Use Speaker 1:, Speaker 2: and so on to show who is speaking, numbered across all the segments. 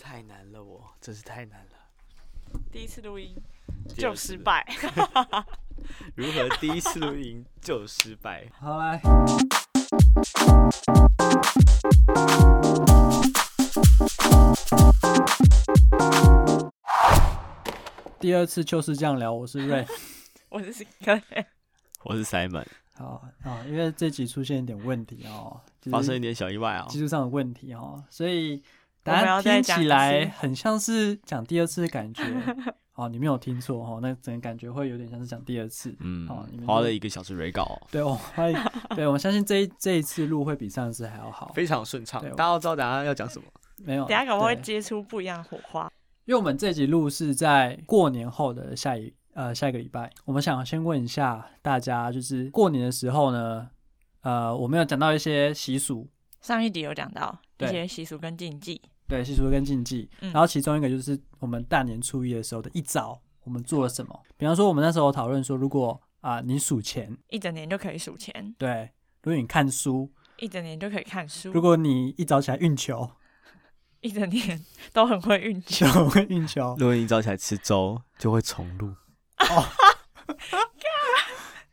Speaker 1: 太难了我，真是太难了。
Speaker 2: 第一次录音
Speaker 1: 第
Speaker 2: 就
Speaker 1: 二次
Speaker 2: 失败，
Speaker 1: 如何第一次录音就失败？
Speaker 3: 好来，第二次就是这样聊，我是瑞。
Speaker 2: 我是 Sky。
Speaker 1: 我是 Simon，
Speaker 3: 好啊，因为这集出现一点问题哦，就是
Speaker 1: 发生一点小意外啊、
Speaker 3: 技术上的问题哦，所以答
Speaker 2: 我们要
Speaker 3: 案
Speaker 2: 再
Speaker 3: 听
Speaker 2: 讲一
Speaker 3: 起来
Speaker 2: 次
Speaker 3: 很像是讲第二次的感觉。哦，你没有听错哦，那整个感觉会有点像是讲第二次。
Speaker 1: 嗯
Speaker 3: 好你，们
Speaker 1: 花
Speaker 3: 就
Speaker 1: 了一个小时 re 稿，
Speaker 3: 对，我欢迎，对我相信这一这一次录会比上次还要好。
Speaker 1: 非常顺畅
Speaker 3: 对。我
Speaker 1: 大家都知道答案要讲什么，
Speaker 3: 没有，
Speaker 2: 等一下搞不好会
Speaker 3: 对
Speaker 2: 接触不一样的火花。
Speaker 3: 因为我们这集录是在过年后的下一呃下一个礼拜，我们想先问一下大家，就是过年的时候呢，呃，我们有讲到一些习俗，
Speaker 2: 上一集有讲到一
Speaker 3: 对
Speaker 2: 些习俗跟禁忌，
Speaker 3: 对习俗跟禁忌，
Speaker 2: 嗯
Speaker 3: 然后其中一个就是我们大年初一的时候的一早，我们做了什么？比方说，我们那时候讨论说，如果啊、你数钱，
Speaker 2: 一整年就可以数钱，
Speaker 3: 对，如果你看书，
Speaker 2: 一整年就可以看
Speaker 1: 嗯
Speaker 2: 书
Speaker 3: 如，果你一早起来运球，
Speaker 2: 一整年都很会运气
Speaker 3: 就。会运球，
Speaker 1: 录音早起来吃粥就会重录。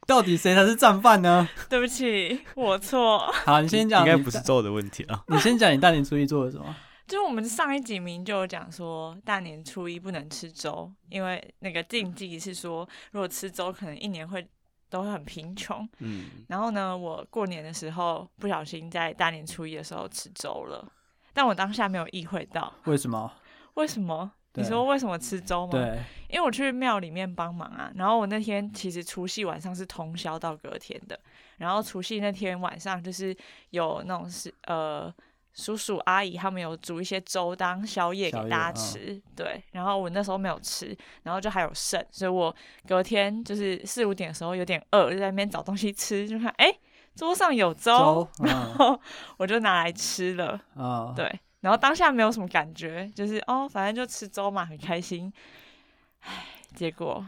Speaker 3: 到底谁才是战犯 呢？
Speaker 2: 对不起，我错。
Speaker 3: 好，你先讲，
Speaker 1: 应该
Speaker 3: 你
Speaker 1: 不是
Speaker 3: 大
Speaker 1: 粥的问题啊。
Speaker 3: 你先讲你大年初一做了什么？
Speaker 2: 就是我们上一集明明就有讲说，大年初一不能吃粥，因为那个禁忌是说，如果吃粥，可能一年会都会很贫穷。
Speaker 1: 嗯，
Speaker 2: 然后呢，我过年的时候不小心在大年初一的时候吃粥了，但我当下没有意会到
Speaker 3: 为什么？
Speaker 2: 为什么。你
Speaker 3: 对
Speaker 2: 说为什么吃粥吗？，
Speaker 3: 对，
Speaker 2: 因为我去庙里面帮忙啊。然后我那天其实除夕晚上是通宵到隔天的，然后除夕那天晚上就是有那种是呃叔叔阿姨他们有煮一些粥当宵夜给
Speaker 3: 宵夜
Speaker 2: 大家
Speaker 3: 嗯
Speaker 2: 吃，对。然后我那时候没有吃，然后就还有剩，所以我隔天就是四五点的时候有点饿，就在那边找东西吃，就看哎、桌上有粥，
Speaker 1: 哦
Speaker 3: 粥，嗯
Speaker 2: 我就拿来吃了。
Speaker 3: 啊，嗯，
Speaker 2: 对，然后当下没有什么感觉，就是哦，反正就吃粥嘛，很开心。唉，结果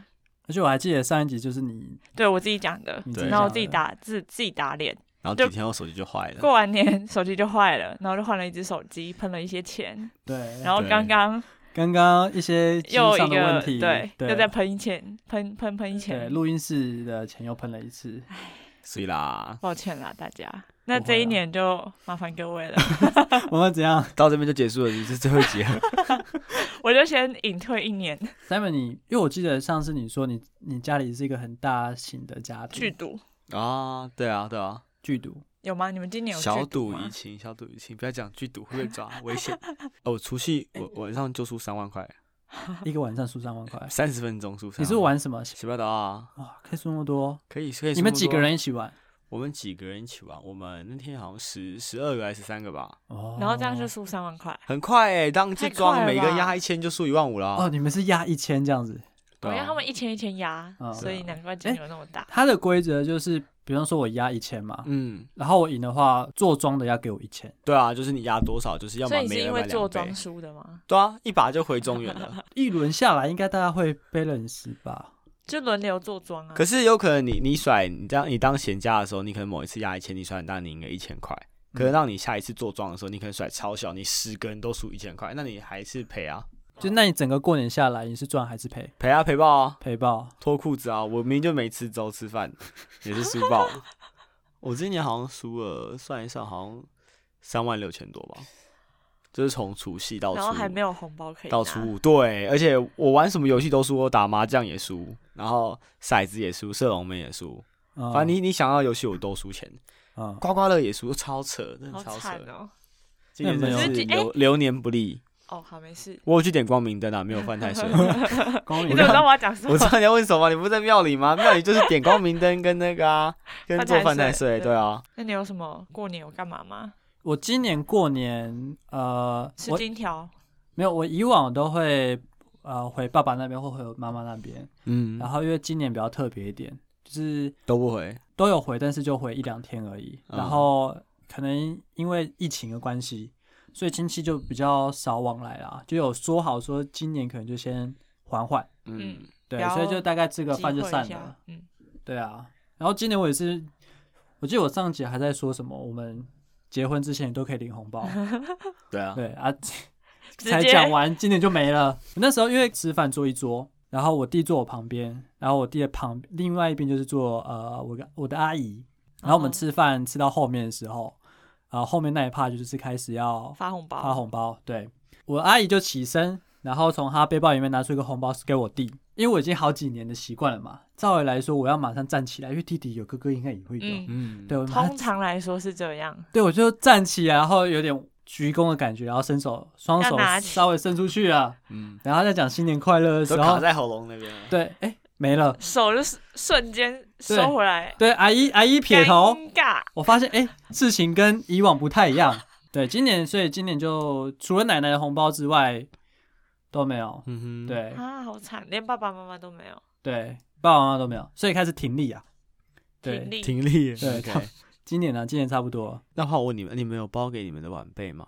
Speaker 3: 而且我还记得上一集就是你，
Speaker 2: 对我自己讲的
Speaker 3: 你，
Speaker 1: 对
Speaker 2: 然后我自己打自自己打脸。
Speaker 1: 然后
Speaker 2: 就
Speaker 1: 几天后手机就坏了。
Speaker 2: 过完年 手机就坏了，然后就换了一只手机，喷了一些钱，
Speaker 3: 对，
Speaker 2: 然后
Speaker 1: 对
Speaker 2: 刚刚
Speaker 3: 刚刚一些技术
Speaker 2: 又一
Speaker 3: 上的
Speaker 2: 个
Speaker 3: 问题，
Speaker 2: 对，
Speaker 3: 对，
Speaker 2: 又在喷钱，喷喷喷一
Speaker 3: 对
Speaker 2: 钱，
Speaker 3: 录音室的钱又喷了一次，
Speaker 1: 所以啦，
Speaker 2: 抱歉啦大家。那
Speaker 3: 不
Speaker 2: 这
Speaker 3: 会
Speaker 2: 一
Speaker 3: 啦
Speaker 2: 年就麻烦各位了，
Speaker 3: 我们怎样
Speaker 1: 到这边就结束了，这是最后一集了。
Speaker 2: 我就先隐退一年，
Speaker 3: ？Simon，你因为我记得上次你说你你家里是一个很大型的家庭，
Speaker 2: 剧毒
Speaker 1: 啊，对啊，对啊，
Speaker 3: 剧毒，
Speaker 2: 有吗？你们今年有
Speaker 1: 小
Speaker 2: 剧毒
Speaker 1: 赌
Speaker 2: 吗
Speaker 1: 怡？情，小赌怡情，不要讲剧赌会被抓，危险。哦，我除夕我 晚上就输三万块，
Speaker 3: 一个晚上输三万块，
Speaker 1: 三十分钟输
Speaker 2: 啊
Speaker 1: 三。
Speaker 3: 你是玩什么？
Speaker 1: 洗不到啊？
Speaker 3: 哇，可以输那么多？
Speaker 1: 可以可以。
Speaker 3: 你们几个？人一起玩？
Speaker 1: 我们几个人一起玩，我们那天好像十十二个还是三个吧，
Speaker 3: 哦，
Speaker 2: 然后这样就输三万块，
Speaker 1: 很快哎、当这
Speaker 2: 太快
Speaker 1: 庄
Speaker 2: 了
Speaker 1: 每个人
Speaker 2: 吧
Speaker 1: 压一千就输一万五了。啊
Speaker 3: 哦，你们是压一千这样子。
Speaker 2: 因
Speaker 1: 对
Speaker 2: 为
Speaker 1: 啊
Speaker 2: 他们一千一千压，
Speaker 3: 嗯
Speaker 2: 所以难怪金牛那么大。
Speaker 3: 它的规则就是，比方说我压一千嘛，
Speaker 1: 嗯，
Speaker 3: 然后我赢的话，做庄的要给我一千，
Speaker 1: 对啊，就是你压多少，就是要
Speaker 2: 所
Speaker 1: 么
Speaker 2: 以你
Speaker 1: 没
Speaker 2: 是因
Speaker 1: 人
Speaker 2: 为
Speaker 1: 买
Speaker 2: 做
Speaker 1: 两
Speaker 2: 庄
Speaker 1: 倍。
Speaker 2: 输的吗？
Speaker 1: 对啊，一把就回中原 了。
Speaker 3: 一轮下来应该大家会 balance 吧？
Speaker 2: 就轮流做庄啊。
Speaker 1: 可是有可能你你甩你当你当闲家的时候，你可能某一次压一千，你甩很大，你赢了一千块。可
Speaker 3: 嗯
Speaker 1: 能让你下一次做庄的时候，你可能甩超小，你十个人都输一千块，那你还是赔啊，
Speaker 3: 就那你整个过年下来，你是赚还是赔？
Speaker 1: 赔啊赔爆啊，
Speaker 3: 赔爆？
Speaker 1: 脱裤子啊！我明明就没吃粥吃 饭，也是输爆。我今年好像输了，算一算好像三万六千多吧，就是从除夕到初
Speaker 2: 然后还
Speaker 1: 五
Speaker 2: 没有啊红包可以拿
Speaker 1: 到初五，对，而且我玩什么游戏都输，我打麻将也输，然后骰子也输，射龙门也输，
Speaker 3: 嗯
Speaker 1: 反正你你想要游戏我都输钱。
Speaker 3: 嗯，
Speaker 1: 刮刮乐也输，超扯，真的超
Speaker 2: 好
Speaker 1: 扯。
Speaker 2: 惨哦。
Speaker 1: 今年真的
Speaker 3: 那
Speaker 1: 是
Speaker 2: 没有
Speaker 1: 流流年不利。
Speaker 2: 哦，好，没事。
Speaker 1: 我有去点光明灯啊，没有犯太岁。
Speaker 3: 光
Speaker 2: 你
Speaker 3: 明
Speaker 2: 怎么知道我要讲什
Speaker 1: 我
Speaker 2: 么
Speaker 1: 知？道你要问什么，你不是在庙里吗？庙里就是点光明灯跟那个啊，跟做犯太岁，
Speaker 2: 犯太岁
Speaker 1: 对啊。
Speaker 2: 那你有什么过年有干嘛吗？
Speaker 3: 我今年过年，呃，
Speaker 2: 吃
Speaker 3: 我
Speaker 2: 金条，
Speaker 3: 没有，我以往我都会呃回爸爸那边或回妈妈那边，
Speaker 1: 嗯
Speaker 3: 然，后因为今年比较特别一点，就是
Speaker 1: 都不回。
Speaker 3: 都有回，但是就回一两天而已。
Speaker 1: 嗯
Speaker 3: 然后可能因为疫情的关系，所以亲戚就比较少往来啦，就有说好说今年可能就先缓缓，
Speaker 1: 嗯
Speaker 2: 嗯，
Speaker 3: 对
Speaker 2: 不，要
Speaker 3: 所以就大概吃个
Speaker 2: 集会
Speaker 3: 饭就散
Speaker 2: 一
Speaker 3: 了
Speaker 2: 下。。嗯，
Speaker 3: 对啊，然后今年我也是，我记得我上节 还在说什么，我们结婚之前都可以领红包，
Speaker 1: 对啊。
Speaker 3: 对啊，
Speaker 2: 直
Speaker 3: 才
Speaker 2: 接
Speaker 3: 讲完，今年就没了。我那时候因为吃饭坐一桌，然后我弟坐我旁边，然后我弟的旁另外一边就是坐呃我跟我的阿姨。然后我们
Speaker 2: 哦
Speaker 3: 吃饭吃到后面的时候，啊、后面那一趴就是开始要
Speaker 2: 发红包，
Speaker 3: 发红包。对我阿姨就起身，然后从她背包里面拿出一个红包给我弟，因为我已经好几年的习惯了嘛。照理来说，我要马上站起来，因为弟弟有哥哥应该也会有。
Speaker 2: 嗯，
Speaker 1: 嗯，
Speaker 3: 对，我马上
Speaker 2: 通常来说是这样，
Speaker 3: 对我就站起来，然后有点鞠躬的感觉，然后伸手双
Speaker 2: 要
Speaker 3: 手
Speaker 2: 拿起
Speaker 3: 稍微伸出去啊，
Speaker 1: 嗯，
Speaker 3: 然后再讲新年快乐的时
Speaker 1: 都卡
Speaker 3: 候，
Speaker 1: 在喉咙那边了。
Speaker 3: 对，哎，没了。
Speaker 2: 手就是瞬间收回来，
Speaker 3: 对，阿姨阿姨撇头，
Speaker 2: 尴尬，
Speaker 3: 我发现哎、诶事情跟以往不太一样。对，今年所以今年就除了奶奶的红包之外都没有。
Speaker 1: 嗯哼，，
Speaker 3: 对
Speaker 2: 啊，好惨，连爸爸妈妈都没有，
Speaker 3: 对，爸爸妈妈都没有，所以开始停利啊。
Speaker 2: 挺
Speaker 3: 对，
Speaker 2: 力
Speaker 1: 挺厉害。
Speaker 3: 对
Speaker 1: OK
Speaker 3: 差不今年呢、啊，今年差不多了，
Speaker 1: 那话我问你们，你们有包给你们的晚辈吗？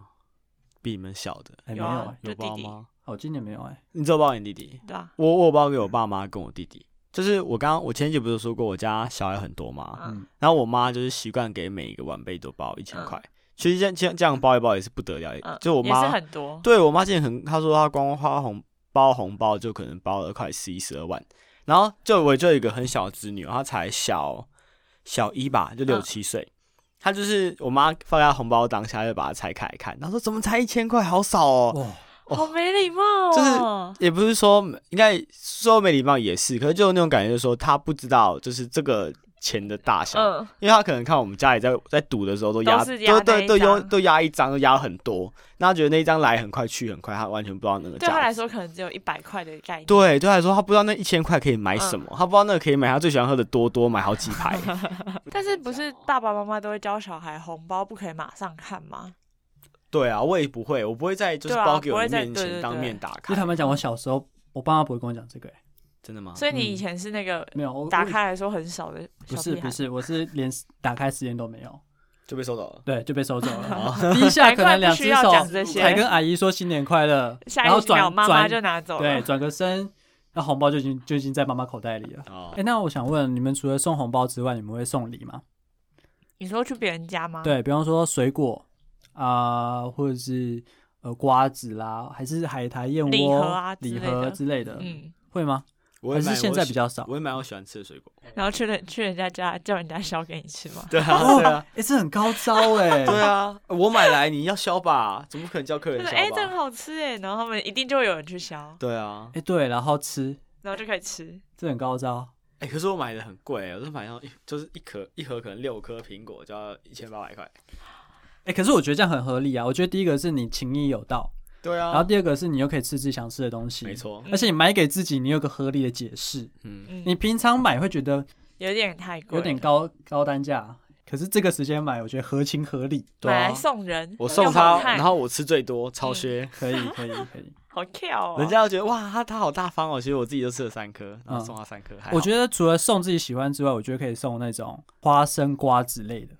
Speaker 1: 比你们小的
Speaker 3: 哎、
Speaker 2: 有
Speaker 3: 没
Speaker 2: 啊
Speaker 3: 有、欸，
Speaker 1: 有
Speaker 2: 就弟
Speaker 1: 包
Speaker 2: 弟
Speaker 1: 吗？
Speaker 3: 哦，今年没有哎、
Speaker 1: 你只有包给你弟弟？
Speaker 2: 对吧？
Speaker 1: 我我有包给我爸妈跟我弟弟。就是我刚刚我前几集不是说过我家小孩很多吗？
Speaker 2: 嗯，
Speaker 1: 然后我妈就是习惯给每一个晚辈都包一千块。其实这样这样这样包一包也是不得了，
Speaker 2: 嗯
Speaker 1: 就我
Speaker 2: 也是
Speaker 1: 妈
Speaker 2: 很多，
Speaker 1: 对我妈之前很，她说她光花红包红包就可能包了快十一十二万。然后就我就有一个很小的侄女，她才小小一吧，就六
Speaker 2: 嗯
Speaker 1: 七岁。她就是我妈发给她红包当下就把它拆开来看，她说怎么才一千块，好少哦。
Speaker 3: 哇，
Speaker 1: 哦
Speaker 2: 好没礼貌哦，
Speaker 1: 也不是说应该说没礼貌也是，可是就有那种感觉，就是说他不知道就是这个钱的大小，
Speaker 2: 嗯，
Speaker 1: 因为他可能看我们家里在在赌的时候都压，
Speaker 2: 都是压那
Speaker 1: 对
Speaker 2: 一
Speaker 1: 对
Speaker 2: 张
Speaker 1: 都都压一张，都压很多，那他觉得那一张来很快去很快，他完全不知道那个
Speaker 2: 对他
Speaker 1: 价
Speaker 2: 来
Speaker 1: 值。
Speaker 2: 说可能只有一百块的概念，
Speaker 1: 对，对他来说，他不知道那一千块可以买什
Speaker 2: 嗯
Speaker 1: 么，他不知道那个可以买他最喜欢喝的多多，买好几排。
Speaker 2: 但是不是爸爸妈妈都会教小孩红包不可以马上看吗？
Speaker 1: 对啊，我也不会，我不会在就是
Speaker 2: 对啊
Speaker 1: 包给
Speaker 2: 不
Speaker 1: 我
Speaker 2: 会
Speaker 1: 的
Speaker 2: 在
Speaker 1: 面
Speaker 2: 对
Speaker 1: 前
Speaker 2: 对
Speaker 1: 当
Speaker 2: 对
Speaker 1: 面打
Speaker 3: 就
Speaker 1: 开。
Speaker 3: 他们讲，我小时候我爸妈不会跟我讲这个、欸，
Speaker 1: 真的吗？
Speaker 2: 所以你
Speaker 3: 嗯
Speaker 2: 以前是那个
Speaker 3: 没有，我
Speaker 2: 打
Speaker 3: 我
Speaker 2: 开来说很少的
Speaker 3: 不
Speaker 2: 小
Speaker 3: 是
Speaker 2: 屁
Speaker 3: 不
Speaker 2: 孩，
Speaker 3: 是，我是连打开时间都没有，
Speaker 1: 就被收走了。
Speaker 3: 对，就被收走了。第一下可能两
Speaker 2: 哦
Speaker 3: 只
Speaker 2: 难怪不需要
Speaker 3: 手
Speaker 2: 讲这些
Speaker 3: 才跟阿姨说新年快乐，
Speaker 2: 下
Speaker 3: 然后
Speaker 2: 一秒
Speaker 3: 转
Speaker 2: 妈妈
Speaker 3: 转
Speaker 2: 就拿走
Speaker 3: 对
Speaker 2: 了。
Speaker 3: 转个身，那红包就已经就已经在妈妈口袋里了。
Speaker 1: 哦
Speaker 3: 哎、，那我想问，你们除了送红包之外，你们会送礼吗？
Speaker 2: 你说去别人家吗？，
Speaker 3: 对，比方说水果啊、或者是呃瓜子啦，还是海苔、燕窝、
Speaker 2: 礼盒啊之
Speaker 3: 礼
Speaker 2: 类
Speaker 3: 盒
Speaker 2: 的
Speaker 3: 之类的，
Speaker 2: 嗯，
Speaker 3: 会吗？
Speaker 1: 我
Speaker 3: 还
Speaker 1: 也
Speaker 3: 是
Speaker 1: 买
Speaker 3: 现
Speaker 1: 我
Speaker 3: 在
Speaker 1: 喜
Speaker 3: 比较少？
Speaker 1: 我也买我喜欢吃的水果。
Speaker 2: 然后去人去人家家叫人家削给你吃吗？
Speaker 1: 对啊，对啊。
Speaker 3: 哎、这很高 招哎、
Speaker 1: 对啊，我买来你要削吧，怎么可能叫客
Speaker 2: 就
Speaker 1: 人
Speaker 2: 是
Speaker 1: 削
Speaker 2: 哎、这很
Speaker 1: 吧？
Speaker 2: 好吃哎，然后他们一定就会有人去削，
Speaker 1: 对啊
Speaker 3: 哎、，对，然后吃，
Speaker 2: 然后就可以吃。
Speaker 3: 这很高招。
Speaker 1: 哎、可是我买的很贵，欸我是买到一就是一颗一盒可能六颗苹果就要一千八百块。
Speaker 3: 哎、可是我觉得这样很合理啊！我觉得第一个是你情谊有道，
Speaker 1: 对
Speaker 2: 嗯
Speaker 1: 啊，
Speaker 3: 然后第二个是你又可以吃自己想吃的东西，
Speaker 1: 没。错，
Speaker 3: 而且你买给自己，你有个合理的解释。
Speaker 1: 嗯，
Speaker 2: 嗯，
Speaker 3: 你平常买会觉得
Speaker 2: 有点太贵，
Speaker 3: 有点，高高单价，可是这个时间买，我觉得合情合理。
Speaker 1: 对啊
Speaker 2: 买来送人，
Speaker 1: 我送
Speaker 2: 又好
Speaker 1: 他，
Speaker 2: 看嗯
Speaker 1: 然后我吃最多，超削。
Speaker 3: 可以，可以，可以。
Speaker 2: 好跳哦，
Speaker 1: 人家就觉得哇，他他好大方哦。其实我自己就吃了三颗，然后
Speaker 3: 嗯
Speaker 1: 送他三颗。
Speaker 3: 我
Speaker 1: 得
Speaker 3: 觉得除了送自己喜欢之外，我觉得可以送那种花生瓜之类的，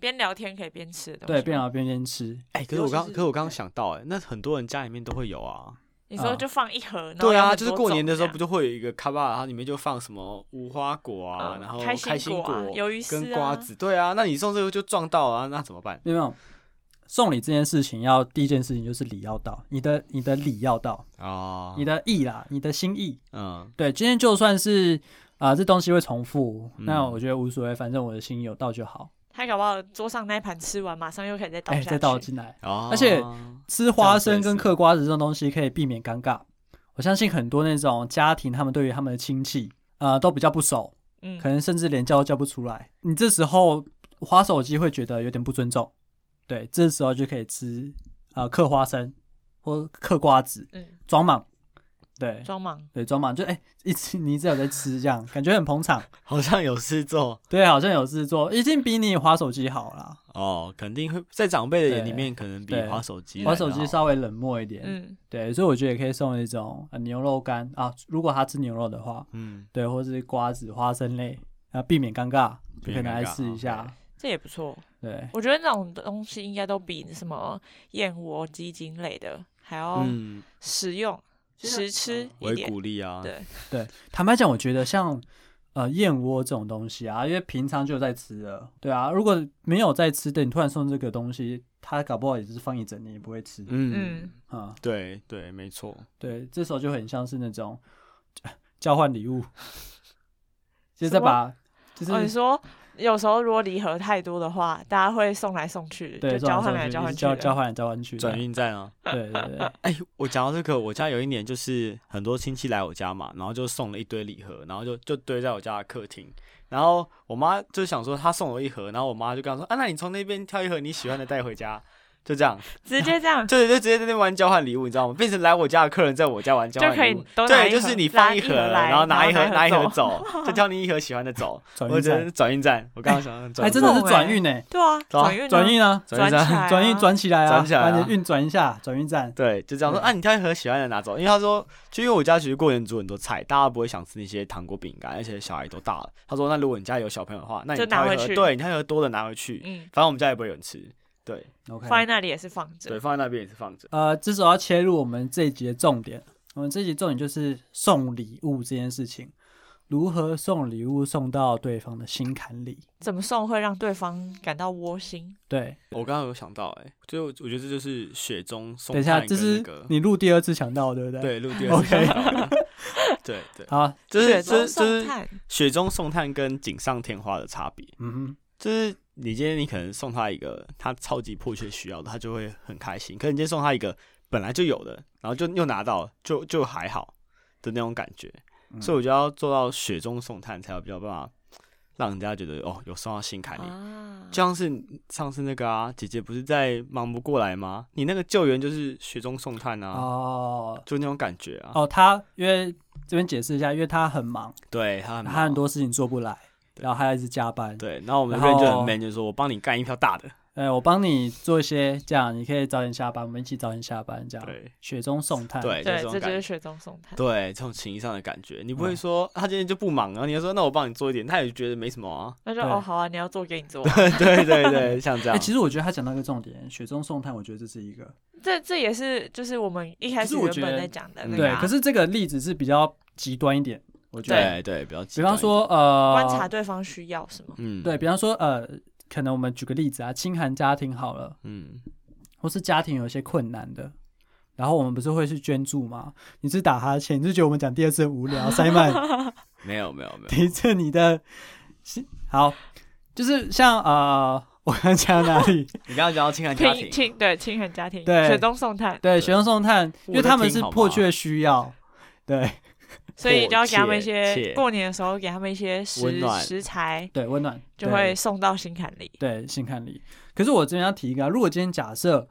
Speaker 2: 边聊天可以边吃的东西，
Speaker 3: 对，边。聊边边吃。
Speaker 1: 哎、可是
Speaker 3: 尤
Speaker 1: 我
Speaker 3: 其
Speaker 1: 刚，
Speaker 3: 是
Speaker 1: 可是我刚刚想到、哎，那很多人家里面都会有啊。
Speaker 2: 你说
Speaker 3: 啊
Speaker 2: 就放一盒，然后
Speaker 1: 对
Speaker 2: 有
Speaker 1: 啊，
Speaker 2: 很
Speaker 1: 就是
Speaker 2: 多
Speaker 1: 过年的时候
Speaker 2: 种
Speaker 1: 不就会有一个卡巴，它里面就放什么无花果啊，
Speaker 2: 嗯
Speaker 1: 然后
Speaker 2: 开心
Speaker 1: 开心
Speaker 2: 果啊鱿鱼丝
Speaker 1: 跟
Speaker 2: 啊
Speaker 1: 瓜子。对啊，那你送这个就撞到啊，那怎么办？
Speaker 3: 有没有？送礼这件事情要，第一件事情就是礼要到，你的你的礼要到，
Speaker 1: 哦
Speaker 3: 你的意啦，你的心意。
Speaker 1: 嗯，
Speaker 3: 对，今天就算是啊、这东西会重复，
Speaker 1: 嗯
Speaker 3: 那我觉得无所谓，反正我的心意有到就好。
Speaker 2: 他搞不好桌上那一盘吃完，马上又可以再倒
Speaker 3: 哎、
Speaker 2: 下去。
Speaker 3: 再倒进来，
Speaker 1: 哦
Speaker 3: 而且吃花生
Speaker 1: 这样
Speaker 3: 跟
Speaker 1: 子也是
Speaker 3: 嗑瓜子这种东西可以避免尴尬。我相信很多那种家庭，他们对于他们的亲戚，呃，都比较不熟，
Speaker 2: 嗯，
Speaker 3: 可能甚至连叫都叫不出来。你这时候划手机会觉得有点不尊重，对，这时候就可以吃呃嗑花生或嗑瓜子
Speaker 2: 嗯，
Speaker 3: 装满，对
Speaker 2: 装忙，
Speaker 3: 对装满就哎、一直 你只有在吃这样，感觉很捧场，
Speaker 1: 好像有事做
Speaker 3: 对，好像有事做，已经比你划手机好啦。
Speaker 1: 哦，肯定会在长辈的眼里
Speaker 3: 对
Speaker 1: 面，可能比
Speaker 3: 对
Speaker 1: 划手机
Speaker 3: 划
Speaker 1: 来得
Speaker 3: 手机
Speaker 1: 好
Speaker 3: 稍微冷漠一点，
Speaker 2: 嗯，
Speaker 3: 对，所以我觉得也可以送一种、呃、牛肉干啊，如果他吃牛肉的话，
Speaker 1: 嗯，
Speaker 3: 对，或是瓜子、花生类，啊，避免尴尬，就
Speaker 1: 避免
Speaker 3: 可以拿来
Speaker 1: 尴尬
Speaker 3: 试一下
Speaker 1: ，OK。
Speaker 2: 这也不错。
Speaker 3: 对，
Speaker 2: 我觉得那种东西应该都比什么燕窝、鸡精类的还
Speaker 3: 哦
Speaker 2: 要
Speaker 1: 嗯，
Speaker 2: 实用、实吃
Speaker 3: 嗯
Speaker 1: 我也
Speaker 2: 一点。
Speaker 1: 鼓励啊，
Speaker 2: 对
Speaker 3: 坦白讲，我觉得像呃燕窝这种东西啊，因为平常就有在吃了，对啊，如果没有在吃的，你突然送这个东西，他搞不好也就是放一整年也不会吃
Speaker 1: 嗯，
Speaker 2: 嗯，
Speaker 3: 啊、
Speaker 1: 对对，没错，
Speaker 3: 对，这时候就很像是那种呃交换礼物，就是再
Speaker 2: 什么
Speaker 3: 把就是、
Speaker 2: 哦，你说有时候如果礼盒太多的话，大家会送来送去，
Speaker 3: 对
Speaker 2: 就交换
Speaker 3: 这
Speaker 2: 来
Speaker 3: 种
Speaker 2: 交
Speaker 3: 东
Speaker 2: 换
Speaker 3: 西
Speaker 2: 去
Speaker 3: 交
Speaker 2: 的，
Speaker 3: 交换来交换去的，
Speaker 1: 转运站啊。
Speaker 3: 对 对对，
Speaker 1: 哎、我讲到这个，我家有一年就是很多亲戚来我家嘛，然后就送了一堆礼盒，然后就就堆在我家的客厅。然后我妈就想说，她送我一盒，然后我妈就跟她说：“啊，那你从那边挑一盒你喜欢的带回家。”就这样，
Speaker 2: 直接这 样
Speaker 1: 对，就直接在那边玩交换礼物，你知道吗？变成来我家的客人在我家玩交
Speaker 2: 就
Speaker 1: 换
Speaker 2: 可
Speaker 1: 礼
Speaker 2: 以
Speaker 1: 物。
Speaker 2: 都拿
Speaker 1: 对，
Speaker 2: 一
Speaker 1: 就
Speaker 2: 盒
Speaker 1: 是你
Speaker 2: 拉
Speaker 1: 翻
Speaker 2: 一
Speaker 1: 盒，
Speaker 2: 盒来
Speaker 1: 然后拿
Speaker 2: 然后
Speaker 1: 一盒
Speaker 2: 拿
Speaker 1: 拿
Speaker 2: 一
Speaker 1: 一
Speaker 2: 盒
Speaker 1: 盒走，就挑你一盒喜欢的 走。
Speaker 3: 转
Speaker 1: 我
Speaker 3: 运
Speaker 1: 觉得
Speaker 3: 站，
Speaker 1: 转运站，我刚刚想到
Speaker 3: 哎，
Speaker 1: 转运
Speaker 3: 真的
Speaker 1: 站
Speaker 3: 是
Speaker 2: 很
Speaker 3: 转
Speaker 2: 欸
Speaker 3: 运呢，
Speaker 2: 对啊，
Speaker 1: 走啊
Speaker 2: 转运
Speaker 3: 转
Speaker 2: 呢
Speaker 3: 运啊，
Speaker 1: 转运
Speaker 2: 起
Speaker 1: 站，
Speaker 2: 来
Speaker 3: 转运
Speaker 2: 啊
Speaker 3: 转起来啊，
Speaker 1: 转起来啊
Speaker 3: 把你的运转一下，转运站，
Speaker 1: 对，就这样说
Speaker 3: 对
Speaker 1: 啊，你挑一盒喜欢的拿走，因为他说，就因为我家其实过年煮很多菜，大家不会想吃那些糖果饼干，而且小孩都大了。他说，那如果你家有小朋友的话，那你
Speaker 2: 就
Speaker 1: 挑
Speaker 2: 拿
Speaker 1: 一
Speaker 2: 回
Speaker 1: 盒，
Speaker 2: 去
Speaker 1: 对，你挑一盒多的拿回去，
Speaker 2: 嗯，
Speaker 1: 反正我们家也不会有人吃。对
Speaker 3: OK，
Speaker 2: 放在那里也是放着
Speaker 1: 对，，放在那边也是放着。
Speaker 3: 呃，这时候要切入我们这一集的重点。我们这一集重点就是送礼物这件事情，如何送礼物送到对方的心坎里。
Speaker 2: 怎么送会让对方感到窝心？
Speaker 3: 对，
Speaker 1: 我刚刚有想到、哎，就我觉得这就是雪中送
Speaker 3: 等一下，
Speaker 1: 炭
Speaker 3: 这
Speaker 1: 跟那
Speaker 3: 是
Speaker 1: 个
Speaker 3: 你录第二次想到的，对不对？。
Speaker 1: 对陆地
Speaker 3: OK
Speaker 1: 对对，
Speaker 3: 好，
Speaker 1: 就
Speaker 2: 雪
Speaker 1: 是
Speaker 2: 中
Speaker 1: 这这
Speaker 2: 送
Speaker 1: 是
Speaker 2: 炭，
Speaker 1: 雪中送炭跟锦上添花的差别。
Speaker 3: 嗯哼，
Speaker 1: 就是你今天你可能送他一个他超级迫切需要的，他就会很开心。可是你今天送他一个本来就有的，然后就又拿到了，就就还好的那种感觉。
Speaker 3: 嗯
Speaker 1: 所以我就要做到雪中送炭，才有比较办法让人家觉得哦，有送到心坎里。
Speaker 2: 啊
Speaker 1: 就像是上次那个啊，姐姐不是在忙不过来吗？你那个救援就是雪中送炭啊，
Speaker 3: 哦
Speaker 1: 就那种感觉啊。
Speaker 3: 哦，他因为这边解释一下，因为他很忙，
Speaker 1: 对他很忙
Speaker 3: 他很多事情做不来，
Speaker 1: 对
Speaker 3: 然后他一直加班。
Speaker 1: 对，然后我们那边
Speaker 3: 然后
Speaker 1: 就很 man，就说我帮你干一票大的。
Speaker 3: 呃，我帮你做一些这样，你可以早点下班，我们一起早点下班，这样。
Speaker 1: 对
Speaker 3: 雪中送炭。
Speaker 1: 对，就
Speaker 2: 对，
Speaker 1: 种
Speaker 2: 这就
Speaker 1: 感觉
Speaker 2: 是雪中送炭。
Speaker 1: 对，这种情谊上的感觉，你不会
Speaker 3: 嗯
Speaker 1: 说、他今天就不忙，然后你就说那我帮你做一点，他也觉得没什么 啊。
Speaker 2: 那就
Speaker 3: 对
Speaker 2: 哦，好啊，你要做给你做啊，
Speaker 1: 对对对，像这
Speaker 3: 哎、
Speaker 1: 样，
Speaker 3: 其实我觉得他讲到一个重点，雪中送炭，我觉得这是一个
Speaker 2: 这这也是就是我们一开
Speaker 3: 可是
Speaker 2: 始
Speaker 3: 我
Speaker 2: 原
Speaker 3: 觉
Speaker 2: 本
Speaker 3: 得
Speaker 2: 在讲的
Speaker 1: 嗯
Speaker 2: 那个
Speaker 3: 对，
Speaker 2: 啊，
Speaker 3: 可是这个例子是比较极端一点，我觉得。
Speaker 1: 对对比较极
Speaker 3: 比
Speaker 1: 端一点。
Speaker 3: 方说，呃，
Speaker 2: 观察，对方需要什么。
Speaker 1: 嗯，
Speaker 3: 对比方说，呃，可能我们举个例子啊，清寒家庭好了，
Speaker 1: 嗯，
Speaker 3: 或是家庭有一些困难的，然后我们不是会去捐助吗？你是打哈欠，你是觉得我们讲第二次很无聊，Simon，
Speaker 1: 没有没有没有，
Speaker 3: 提着你的心，好，就是像呃， 我刚讲到哪里？
Speaker 1: 你刚刚讲到情感家
Speaker 2: 亲
Speaker 1: 庭，
Speaker 2: 亲对亲人家庭，
Speaker 3: 对
Speaker 2: 雪中送炭，
Speaker 3: 对，雪中送炭，因为
Speaker 1: 我在
Speaker 3: 他们
Speaker 1: 听
Speaker 3: 是
Speaker 1: 好吗
Speaker 3: 迫切需要，对
Speaker 2: 所以就要给他们一
Speaker 1: 迫切
Speaker 2: 些过年的时候给他们一些
Speaker 1: 温
Speaker 2: 食
Speaker 1: 暖
Speaker 2: 食材，
Speaker 3: 对，温暖
Speaker 2: 就
Speaker 3: 对
Speaker 2: 会送到心坎里。
Speaker 3: 对性看力。可是我这边要提一个、啊，如果今天假设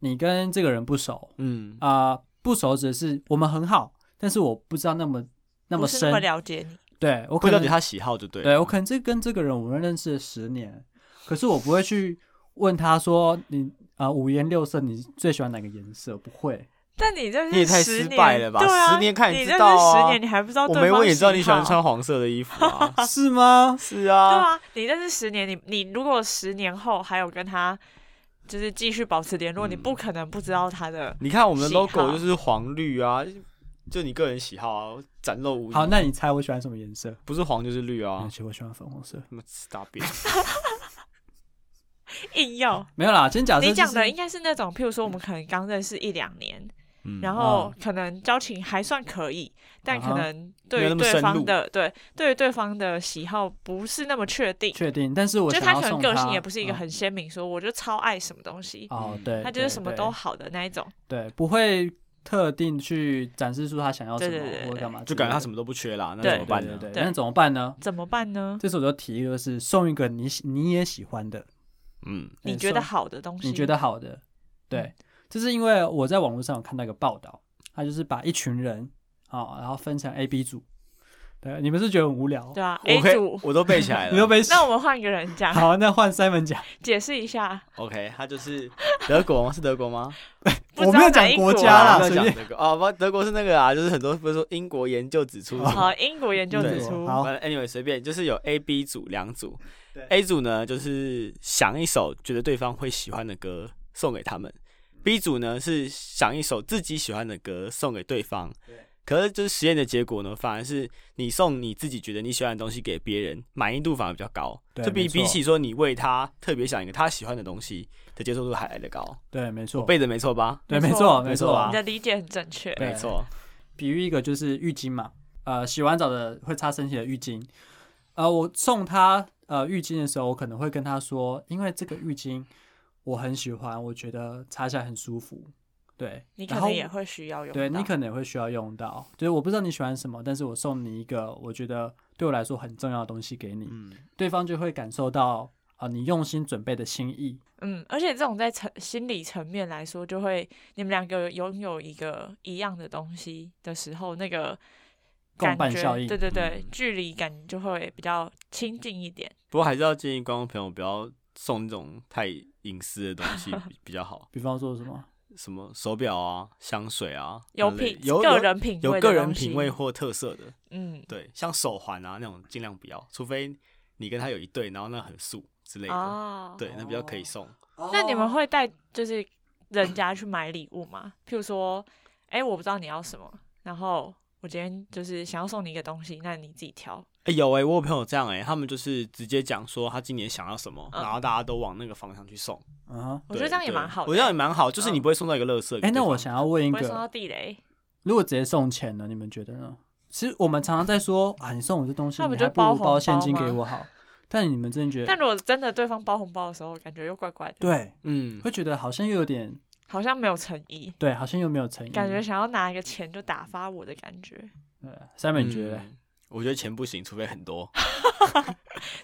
Speaker 3: 你跟这个人不熟
Speaker 1: 嗯，
Speaker 3: 啊、不熟只是我们很好，但是我不知道那么那么
Speaker 2: 不是那
Speaker 3: 深，
Speaker 2: 么了解你，
Speaker 3: 对我
Speaker 1: 会
Speaker 3: 可
Speaker 1: 了解
Speaker 3: 能
Speaker 1: 他喜好就对了。
Speaker 3: 对我可能这跟这个人我们认识了十年，可是我不会去问他说你啊、五颜六色你最喜欢哪个颜色？不会，
Speaker 2: 但你这
Speaker 1: 你也
Speaker 2: 是
Speaker 1: 太
Speaker 2: 十
Speaker 1: 失
Speaker 2: 年
Speaker 1: 败了吧
Speaker 2: 对啊，
Speaker 1: 十年看你
Speaker 2: 你
Speaker 1: 知
Speaker 2: 认识
Speaker 1: 道啊
Speaker 2: 十年你还不知道
Speaker 1: 我
Speaker 2: 对
Speaker 1: 没
Speaker 2: 方
Speaker 1: 问，也知道
Speaker 2: 喜
Speaker 1: 你喜欢
Speaker 2: 好
Speaker 1: 穿黄色的衣服啊。
Speaker 3: 是吗？
Speaker 1: 是
Speaker 2: 对
Speaker 1: 啊，
Speaker 2: 啊，你认识十年，你你如果十年后还有跟他就是继续保持联络，
Speaker 1: 嗯
Speaker 2: 你不可能不知道他的。
Speaker 1: 你看我们的
Speaker 2: 喜
Speaker 1: logo
Speaker 2: 好
Speaker 1: 就是黄绿啊，就你个人喜好啊，展露无遗。
Speaker 3: 好，那你猜我喜欢什么颜色？
Speaker 1: 不是黄就是绿啊
Speaker 3: 而，且我喜欢粉红色。
Speaker 1: 那么 stop it。
Speaker 2: 硬要。
Speaker 3: 没有啦，今天假设、
Speaker 2: 你
Speaker 3: 啊就是、
Speaker 2: 讲的应该是那种，譬如说我们可能刚认识一两年，
Speaker 1: 嗯
Speaker 2: 然后可能交情还算可以，但可
Speaker 3: 啊
Speaker 2: 能
Speaker 1: 没
Speaker 2: 对
Speaker 1: 有那
Speaker 2: 于
Speaker 1: 么深
Speaker 2: 对
Speaker 1: 入
Speaker 2: 方的对对于对方的喜好不是那么确定，
Speaker 3: 确定，但是我
Speaker 2: 就他
Speaker 3: 想要
Speaker 2: 可能
Speaker 3: 送
Speaker 2: 个
Speaker 3: 他
Speaker 2: 性也不是一个
Speaker 3: 嗯
Speaker 2: 很鲜明，说我就超爱什么东西，
Speaker 3: 哦
Speaker 1: 嗯，
Speaker 3: 对，
Speaker 2: 他就是
Speaker 3: 对
Speaker 2: 什么
Speaker 3: 对
Speaker 2: 都好的那一种。
Speaker 3: 对，不会特定去展示出他想要什
Speaker 2: 对对对
Speaker 3: 么
Speaker 2: 对
Speaker 3: 或者干嘛之类的，
Speaker 1: 就感觉他什
Speaker 3: 么
Speaker 1: 么都不缺啦，那
Speaker 2: 对
Speaker 1: 怎么办呢？
Speaker 3: 对，
Speaker 2: 对
Speaker 3: 那怎么办呢？
Speaker 2: 怎么办呢？
Speaker 3: 这时候我就提一个是送一个你喜你也喜欢的，
Speaker 1: 嗯，
Speaker 2: 你
Speaker 3: 对
Speaker 2: 觉得
Speaker 3: 送
Speaker 2: 好的东西，
Speaker 3: 你觉得好的，对
Speaker 2: 嗯，
Speaker 3: 这是因为我在网络上有看到一个报道，他就是把一群人啊、哦然后分成 A、B 组，对，你们是觉得很无聊
Speaker 2: 对，啊
Speaker 1: 我
Speaker 2: ？A
Speaker 1: 可以
Speaker 2: 组，
Speaker 1: 我都背起来了。
Speaker 3: 你都被
Speaker 2: 那我们换一个人讲，
Speaker 3: 好，那换 Simon 讲，
Speaker 2: 解释一下。
Speaker 1: OK，他就是德国吗？是德国吗？
Speaker 2: 不知道
Speaker 3: 我没有
Speaker 2: 哪
Speaker 3: 讲
Speaker 2: 一
Speaker 3: 国
Speaker 2: 国
Speaker 3: 家
Speaker 1: 啊
Speaker 3: 啦，
Speaker 1: 没
Speaker 3: 随
Speaker 1: 有讲
Speaker 3: 便
Speaker 1: 德国啊，不，德国是那个啊，就是很多不是说英国研究指 出什么
Speaker 2: 啊好，英国研究
Speaker 1: 对
Speaker 2: 指出，
Speaker 3: 好
Speaker 1: 反正 anyway 随便，就是有 A、B 组两组
Speaker 3: 对
Speaker 1: ，A 组呢就是想一首觉得对方会喜欢的歌送给他们，B 组呢是想一首自己喜欢的歌送给对方
Speaker 3: 对
Speaker 1: 可是就是实验的结果呢，反而是你送你自己觉得你喜欢的东西给别人，满意度反而比较高，
Speaker 3: 对
Speaker 1: 就比
Speaker 3: 没错
Speaker 1: 比起说你为他特别想一个他喜欢的东西的接受度还来得高。
Speaker 3: 对，没
Speaker 1: 我
Speaker 3: 错，
Speaker 1: 背的没错吧？
Speaker 3: 对，
Speaker 2: 没
Speaker 3: 没
Speaker 2: 错
Speaker 3: 错，
Speaker 1: 没
Speaker 3: 没
Speaker 1: 错
Speaker 3: 错
Speaker 1: 啊
Speaker 2: 你的理解很正确。
Speaker 3: 对
Speaker 1: 没错，
Speaker 3: 比喻一个就是浴巾嘛，呃，洗完澡的会擦身体的浴巾，呃，我送他呃浴巾的时候，我可能会跟他说，因为这个浴巾我很喜欢，我觉得擦起来很舒服，对，
Speaker 2: 你可
Speaker 3: 然后
Speaker 2: 能也会需要用到。
Speaker 3: 对你可能会需要用到，就是我不知道你喜欢什么，但是我送你一个我觉得对我来说很重要的东西给你，
Speaker 1: 嗯，
Speaker 3: 对方就会感受到啊、呃你用心准备的心意，
Speaker 2: 嗯，而且这种在层心理层面来说，就会你们两个拥有一个一样的东西的时候，那个
Speaker 3: 共
Speaker 2: 感
Speaker 3: 伴
Speaker 2: 觉
Speaker 3: 效应
Speaker 2: 对对对，
Speaker 1: 嗯
Speaker 2: 距离感就会比较亲近一点。
Speaker 1: 不过还是要建议观众朋友不要送那种太隐私的东 西比比较好，
Speaker 3: 比方说什么，
Speaker 1: 什么手表啊、香水啊，
Speaker 2: 有
Speaker 1: 那类
Speaker 2: 品
Speaker 1: 有
Speaker 2: 个
Speaker 1: 有
Speaker 2: 人品味
Speaker 1: 有
Speaker 2: 的
Speaker 1: 个人
Speaker 2: 东西
Speaker 1: 品味或特色的，
Speaker 2: 嗯
Speaker 1: 对，像手环啊那种尽量不要，除非你跟他有一对，然后那很素之类的，
Speaker 2: 啊，
Speaker 1: 对，那比较可以送。
Speaker 2: 那你们会带就是人家去买礼物吗？譬如说，哎、我不知道你要什么，然后我今天就是想要送你一个东西，那你自己挑。
Speaker 1: 哎、有哎、我有朋友这样哎、他们就是直接讲说他今年想要什么，
Speaker 2: 嗯
Speaker 1: 然后大家都往那个方向去送。
Speaker 3: 嗯哼，
Speaker 2: 我觉得
Speaker 1: 对
Speaker 2: 这样也
Speaker 1: 对
Speaker 2: 蛮好的、
Speaker 1: 我觉得也蛮好，就是
Speaker 2: 嗯
Speaker 1: 你不会送到一个垃圾。
Speaker 3: 哎、那我，想要问一
Speaker 2: 不
Speaker 3: 个
Speaker 2: 会送到地雷，
Speaker 3: 如果直接送钱呢，你们觉得呢？其实我们常常在说啊，你送我这东西，
Speaker 2: 那
Speaker 3: 你
Speaker 2: 不
Speaker 3: 还
Speaker 2: 就
Speaker 3: 不如
Speaker 2: 包红
Speaker 3: 包现
Speaker 2: 包
Speaker 3: 金
Speaker 2: 吗
Speaker 3: 给我好。但你们真的觉
Speaker 2: 但
Speaker 3: 得，
Speaker 2: 如果真的对方包红包的时候，感觉又怪怪的，
Speaker 3: 对，
Speaker 1: 嗯，
Speaker 3: 会觉得好像又有点，
Speaker 2: 好像没有诚意，
Speaker 3: 对，好像又没有诚意。
Speaker 1: 嗯
Speaker 2: 感觉想要拿一个钱就打发我的感觉。
Speaker 3: 对，Simon 你觉得嘞？
Speaker 1: 嗯我觉得钱不行，除非很多。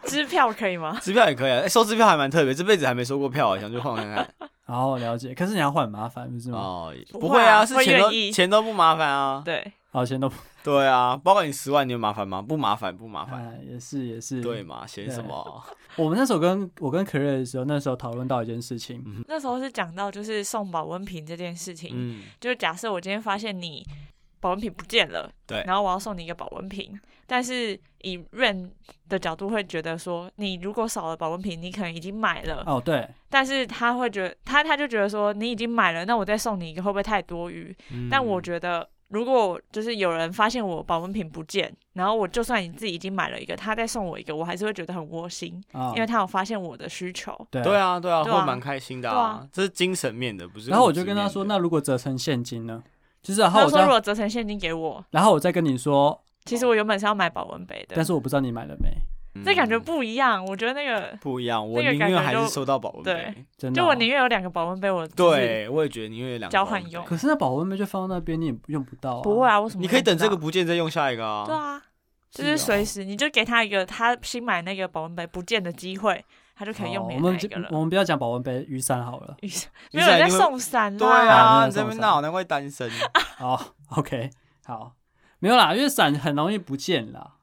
Speaker 2: 支票可以吗？
Speaker 1: 支票也可以、啊，哎、收支票还蛮特别，这辈子还没收过票、啊想去晃看看。
Speaker 3: 然后了解，可是你要换很麻烦，不是吗？
Speaker 1: 哦，
Speaker 2: 不
Speaker 1: 不
Speaker 2: 会
Speaker 1: 会
Speaker 2: 啊
Speaker 1: 啊，是
Speaker 2: 会
Speaker 1: 钱都
Speaker 2: 愿意
Speaker 1: 钱都不麻烦啊。
Speaker 2: 对，
Speaker 3: 好像都不，
Speaker 1: 对啊，包括你十万，你有麻烦吗？不麻烦，不麻烦。
Speaker 3: 哎，也是也是。
Speaker 1: 对，嘛，嫌什么？
Speaker 3: 我们那时候跟我跟可瑞的时候，那时候讨论到一件事情，
Speaker 2: 那时候是讲到就是送保温瓶这件事情，
Speaker 1: 嗯，
Speaker 2: 就是假设我今天发现你保温瓶不见了，
Speaker 1: 对
Speaker 2: 然后我要送你一个保温瓶，但是以 Rain 的角度会觉得说，你如果少了保温瓶，你可能已经买了，
Speaker 3: 哦，对，
Speaker 2: 但是他会觉得他他就觉得说你已经买了，那我再送你一个会不会太多余？
Speaker 3: 嗯
Speaker 2: 但我觉得如果就是有人发现我保温瓶不见，然后我就算你自己已经买了一个，他再送我一个，我还是会觉得很窝心，
Speaker 3: 啊，
Speaker 2: 因为他有发现我的需求。
Speaker 3: 对
Speaker 1: 对。啊，对啊，
Speaker 2: 对啊
Speaker 1: 会蛮开心的
Speaker 2: 对
Speaker 1: 啊。这是精神面的，不是物质面的。
Speaker 3: 然后我就跟他说，那如果折成现金呢？就是然后
Speaker 2: 他
Speaker 3: 我
Speaker 2: 说如
Speaker 3: 再，
Speaker 2: 果折成现金给我，
Speaker 3: 然后我再跟你说，
Speaker 2: 其实我原本是要买保温杯的，
Speaker 3: 但是我不知道你买了没，
Speaker 1: 嗯
Speaker 2: 这感觉不一样。我觉得那个，
Speaker 1: 不一样，我
Speaker 2: 那个
Speaker 1: 宁
Speaker 2: 感
Speaker 1: 愿
Speaker 2: 觉
Speaker 1: 还
Speaker 2: 就是
Speaker 1: 收到保温杯
Speaker 2: 对。
Speaker 3: 真的
Speaker 2: 就
Speaker 3: 哦。
Speaker 2: 我宁愿有两个保温杯，我就是
Speaker 1: 对，我也觉得宁愿有两个
Speaker 2: 交
Speaker 1: 保
Speaker 2: 换
Speaker 1: 温
Speaker 2: 用
Speaker 1: 杯
Speaker 3: 可是那保温杯就放在那边，你也用不到、啊。
Speaker 2: 不会，啊，为什么？
Speaker 1: 你可以等这个，不见再用下一个啊。
Speaker 2: 对啊，就是是
Speaker 3: 哦
Speaker 2: 随时你就给他一个他新买那个保温杯不见的机会，他就可以用
Speaker 3: 哦
Speaker 2: 别
Speaker 3: 我
Speaker 2: 的那
Speaker 3: 们
Speaker 2: 一
Speaker 3: 就
Speaker 2: 个了
Speaker 3: 我。们不要讲保温杯，雨伞好了。
Speaker 2: 雨伞
Speaker 1: 雨
Speaker 2: 没有人
Speaker 1: 伞一
Speaker 2: 在
Speaker 1: 定会
Speaker 2: 送伞啦，
Speaker 1: 对
Speaker 3: 啊
Speaker 1: 啊，你
Speaker 3: 真
Speaker 1: 这
Speaker 3: 的
Speaker 1: 边闹，难怪单 身。
Speaker 3: 哦，OK，好，没有啦，因为伞很容易不见啦。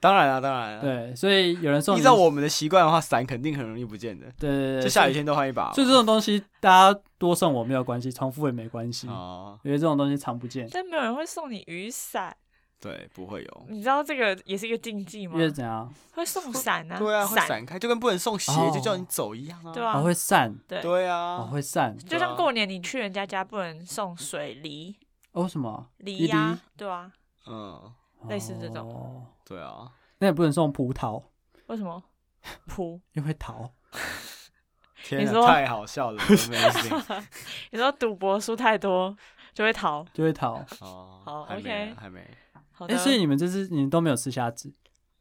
Speaker 1: 当然啊，当然
Speaker 2: 嗯
Speaker 1: 啊。
Speaker 3: 对，所以有人送你
Speaker 1: 依照，我们的习惯的话，伞肯定很容易不见的，
Speaker 3: 对对对，
Speaker 1: 就下雨天都换一把。
Speaker 3: 所以，所以这种东西大家多送我没有关系，重复也没关系，
Speaker 1: 哦，
Speaker 3: 因为这种东西常不见。
Speaker 2: 但没有人会送你雨伞。
Speaker 1: 对，不会有。
Speaker 2: 你知道这个也是一个禁忌吗
Speaker 3: 因？为怎样，
Speaker 2: 会送伞啊，
Speaker 1: 对啊，会
Speaker 2: 伞，
Speaker 1: 散开，就跟不能送鞋
Speaker 3: 哦，
Speaker 1: 就叫你走一样啊。
Speaker 2: 对
Speaker 3: 它
Speaker 2: 啊，
Speaker 3: 会散，
Speaker 2: 对
Speaker 1: 对啊，
Speaker 3: 哦，会散，
Speaker 2: 就
Speaker 1: 对啊
Speaker 2: 像过年你去人家家不能送水梨，
Speaker 3: 哦什么？
Speaker 2: 梨呀，对啊，
Speaker 1: 嗯，
Speaker 2: 类似这种
Speaker 3: 哦
Speaker 1: 对啊，
Speaker 3: 那也不能送葡萄，
Speaker 2: 为什么？噗，
Speaker 3: 因为桃。
Speaker 1: 天
Speaker 2: 你
Speaker 1: 啊，
Speaker 2: 说
Speaker 1: 太好笑了 ，amazing
Speaker 2: 你知道赌博输太多就会逃。
Speaker 3: 就会桃，
Speaker 1: 哦，
Speaker 2: 好
Speaker 1: 还没
Speaker 2: OK
Speaker 1: 还没，
Speaker 2: 好
Speaker 3: 哎、
Speaker 2: 的，
Speaker 3: 所以你们这次你们都没有吃虾子，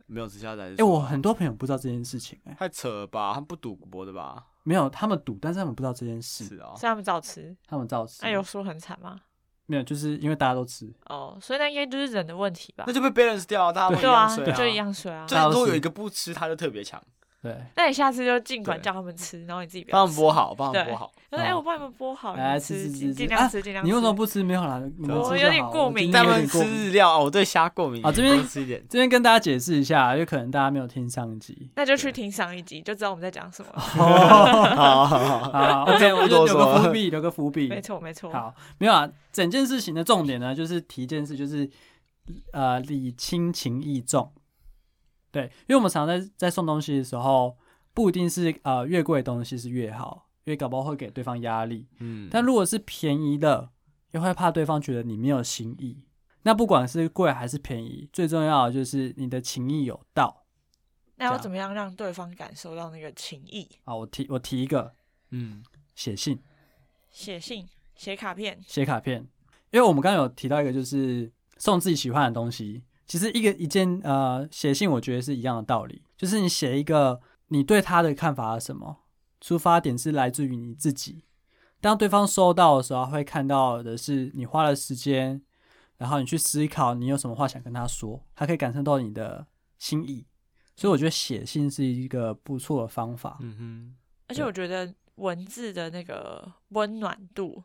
Speaker 1: 没有直销仔。哎
Speaker 3: 哎、我很多朋友不知道这件事情、哎，
Speaker 1: 太扯了吧，他们不赌博的吧？
Speaker 3: 没有，他们赌，但是他们不知道这件事，
Speaker 1: 是啊
Speaker 2: 所以，他们照吃。
Speaker 3: 他们照吃，
Speaker 2: 那有输很惨吗？
Speaker 3: 没有，就是因为大家都吃，
Speaker 2: 哦，所以那应该就是人的问题吧
Speaker 1: 那？就被 balance 掉啊，大家都一
Speaker 2: 对
Speaker 1: 样
Speaker 2: 啊，
Speaker 1: 水
Speaker 2: 就一
Speaker 1: 样。
Speaker 2: 样水啊。
Speaker 1: 就
Speaker 3: 大家
Speaker 1: 是如
Speaker 3: 都
Speaker 1: 果有
Speaker 3: 是
Speaker 1: 一个不吃，他就特别强，
Speaker 3: 对，
Speaker 2: 那你下次就尽管
Speaker 1: 对
Speaker 2: 叫他们吃，然后你自己不要
Speaker 1: 帮他
Speaker 2: 吃
Speaker 1: 们。剥好，帮他们
Speaker 2: 对
Speaker 1: 剥好。
Speaker 2: 他说：“
Speaker 3: 哦
Speaker 2: 哎，我帮你们剥好，你
Speaker 3: 来
Speaker 2: 们
Speaker 3: 吃吃
Speaker 2: 尽
Speaker 3: 吃
Speaker 2: 尽
Speaker 3: 啊
Speaker 2: 量吃，尽量吃。”
Speaker 3: 你为什么不吃？没有啦，你们
Speaker 1: 我
Speaker 3: 吃就
Speaker 2: 有点
Speaker 3: 好
Speaker 2: 过敏
Speaker 3: 今天
Speaker 1: 他
Speaker 3: 有
Speaker 1: 们
Speaker 3: 点过
Speaker 1: 吃
Speaker 3: 敏
Speaker 1: 日料，哦我对虾过敏
Speaker 3: 啊这边
Speaker 1: 多吃一 点。
Speaker 3: 这边跟大家解释一下，因为可能大家没有听上集
Speaker 2: 那就去听上一集，就知道我们在讲什么
Speaker 3: 哦
Speaker 2: 了。
Speaker 1: 好好好，
Speaker 3: 啊。OK，我
Speaker 1: 多
Speaker 3: 就留个
Speaker 1: 说
Speaker 3: 伏笔，留个伏笔。
Speaker 2: 没错，没错。
Speaker 3: 好，没有啊。整件事情的重点呢，就是提一件事，就是呃，礼轻情意重。对，因为我们常在在送东西的时候，不一定是呃越贵的东西是越好，因为搞不好会给对方压力。
Speaker 1: 嗯
Speaker 3: 但如果是便宜的，又会怕对方觉得你没有心意。那不管是贵还是便宜，最重要的就是你的情谊有到
Speaker 2: 那要
Speaker 3: 这样
Speaker 2: 怎么样让对方感受到那个情谊？
Speaker 3: 啊。我提我提一个
Speaker 1: 嗯，
Speaker 3: 写信、
Speaker 2: 写信、写卡片，
Speaker 3: 写卡片，因为我们刚刚有提到一个就是送自己喜欢的东西。其实一个一件呃写信，我觉得是一样的道理，就是你写一个你对他的看法是什么，出发点是来自于你自己。当对方收到的时候，他会看到的是你花了时间，然后你去思考你有什么话想跟他说，他可以感受到你的心意。所以我觉得写信是一个不错的方法。
Speaker 1: 嗯
Speaker 2: 而且我觉得文字的那个温暖度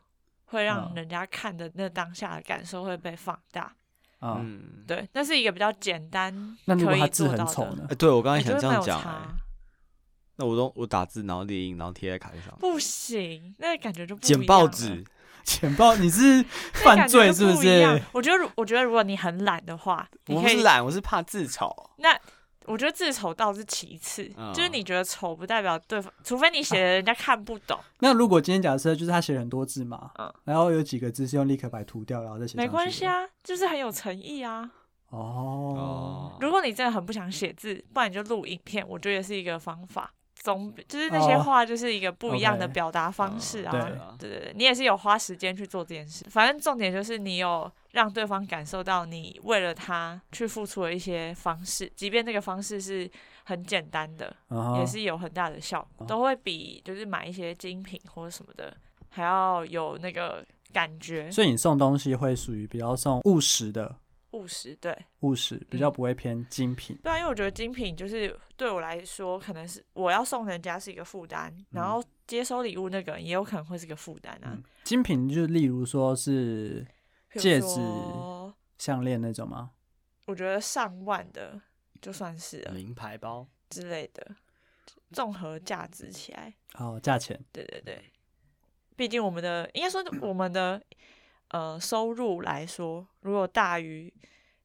Speaker 2: 会让
Speaker 3: 嗯
Speaker 2: 人家看的那当下的感受会被放大。
Speaker 1: 哼，
Speaker 3: 啊、
Speaker 1: 嗯，
Speaker 2: 对，那是一个比较简单
Speaker 3: 那如果
Speaker 2: 可
Speaker 3: 他
Speaker 2: 以
Speaker 3: 字
Speaker 2: 做
Speaker 3: 很
Speaker 2: 到
Speaker 3: 丑
Speaker 2: 的。
Speaker 3: 呢
Speaker 1: 哎、？对我刚
Speaker 2: 哎
Speaker 1: 才想
Speaker 2: 就
Speaker 1: 这
Speaker 2: 会没
Speaker 1: 样
Speaker 2: 有
Speaker 1: 讲、
Speaker 2: 差
Speaker 1: 哎那我都我打字，然后列印，然后贴在卡片上，
Speaker 2: 不行，那感觉就不一
Speaker 1: 剪
Speaker 2: 样
Speaker 1: 报
Speaker 2: 了
Speaker 1: 纸，
Speaker 3: 简报你 是
Speaker 2: 那
Speaker 3: 犯
Speaker 2: 感觉
Speaker 3: 罪
Speaker 2: 就是
Speaker 3: 不
Speaker 2: 不一样
Speaker 3: 是？
Speaker 2: 我觉得如，我觉得如果你很懒的话，你
Speaker 1: 我不
Speaker 2: 可
Speaker 1: 是
Speaker 2: 以。
Speaker 1: 懒，我是怕自嘲。
Speaker 2: 那我觉得字丑倒是其次，就是
Speaker 1: 嗯
Speaker 2: 你觉得丑不代表对方，除非你写的人家看不懂，
Speaker 3: 那如果今天假设就是他写了很多字嘛，
Speaker 2: 嗯
Speaker 3: 然后有几个字是用立可白涂掉，然后再写上
Speaker 2: 没
Speaker 3: 去
Speaker 2: 关系
Speaker 3: 的。
Speaker 2: 啊，就是很有诚意啊。
Speaker 3: 哦，
Speaker 2: 如果你真的很不想写字，不然你就录影片，我觉得也是一个方法。总比就是那些
Speaker 3: 哦
Speaker 2: 话，就是一个不一样的
Speaker 3: OK 哦
Speaker 2: 表达方式啊。
Speaker 3: 对
Speaker 2: 对对对，你也是有花时间去做这件事。反正重点就是你有让对方感受到你为了他去付出的一些方式，即便那个方式是很简单的，
Speaker 3: 嗯哼
Speaker 2: 哦也是有很大的效
Speaker 3: 哦
Speaker 2: 果，都会比就是买一些精品或者什么的还要有那个感觉
Speaker 3: 所以你送东西会属于比较送务实的，
Speaker 2: 务实。对
Speaker 3: 务实
Speaker 2: 嗯
Speaker 3: 比较不会偏精品。
Speaker 2: 对啊，因为我觉得精品就是对我来说，可能是我要送人家是一个负担，然后接收礼物那个人也有可能会是个负担啊
Speaker 3: 嗯。精品就是例如说是
Speaker 2: 譬如
Speaker 3: 戒指
Speaker 2: 说
Speaker 3: 项链那种吗？
Speaker 2: 我觉得上万的就算是
Speaker 3: 嗯
Speaker 2: 了
Speaker 1: 名牌包，
Speaker 2: 之类的，综合价值起来，
Speaker 3: 哦，价钱
Speaker 2: 对对对，
Speaker 3: 嗯
Speaker 2: 毕竟我们的应该说我们的呃收入来说，如果大于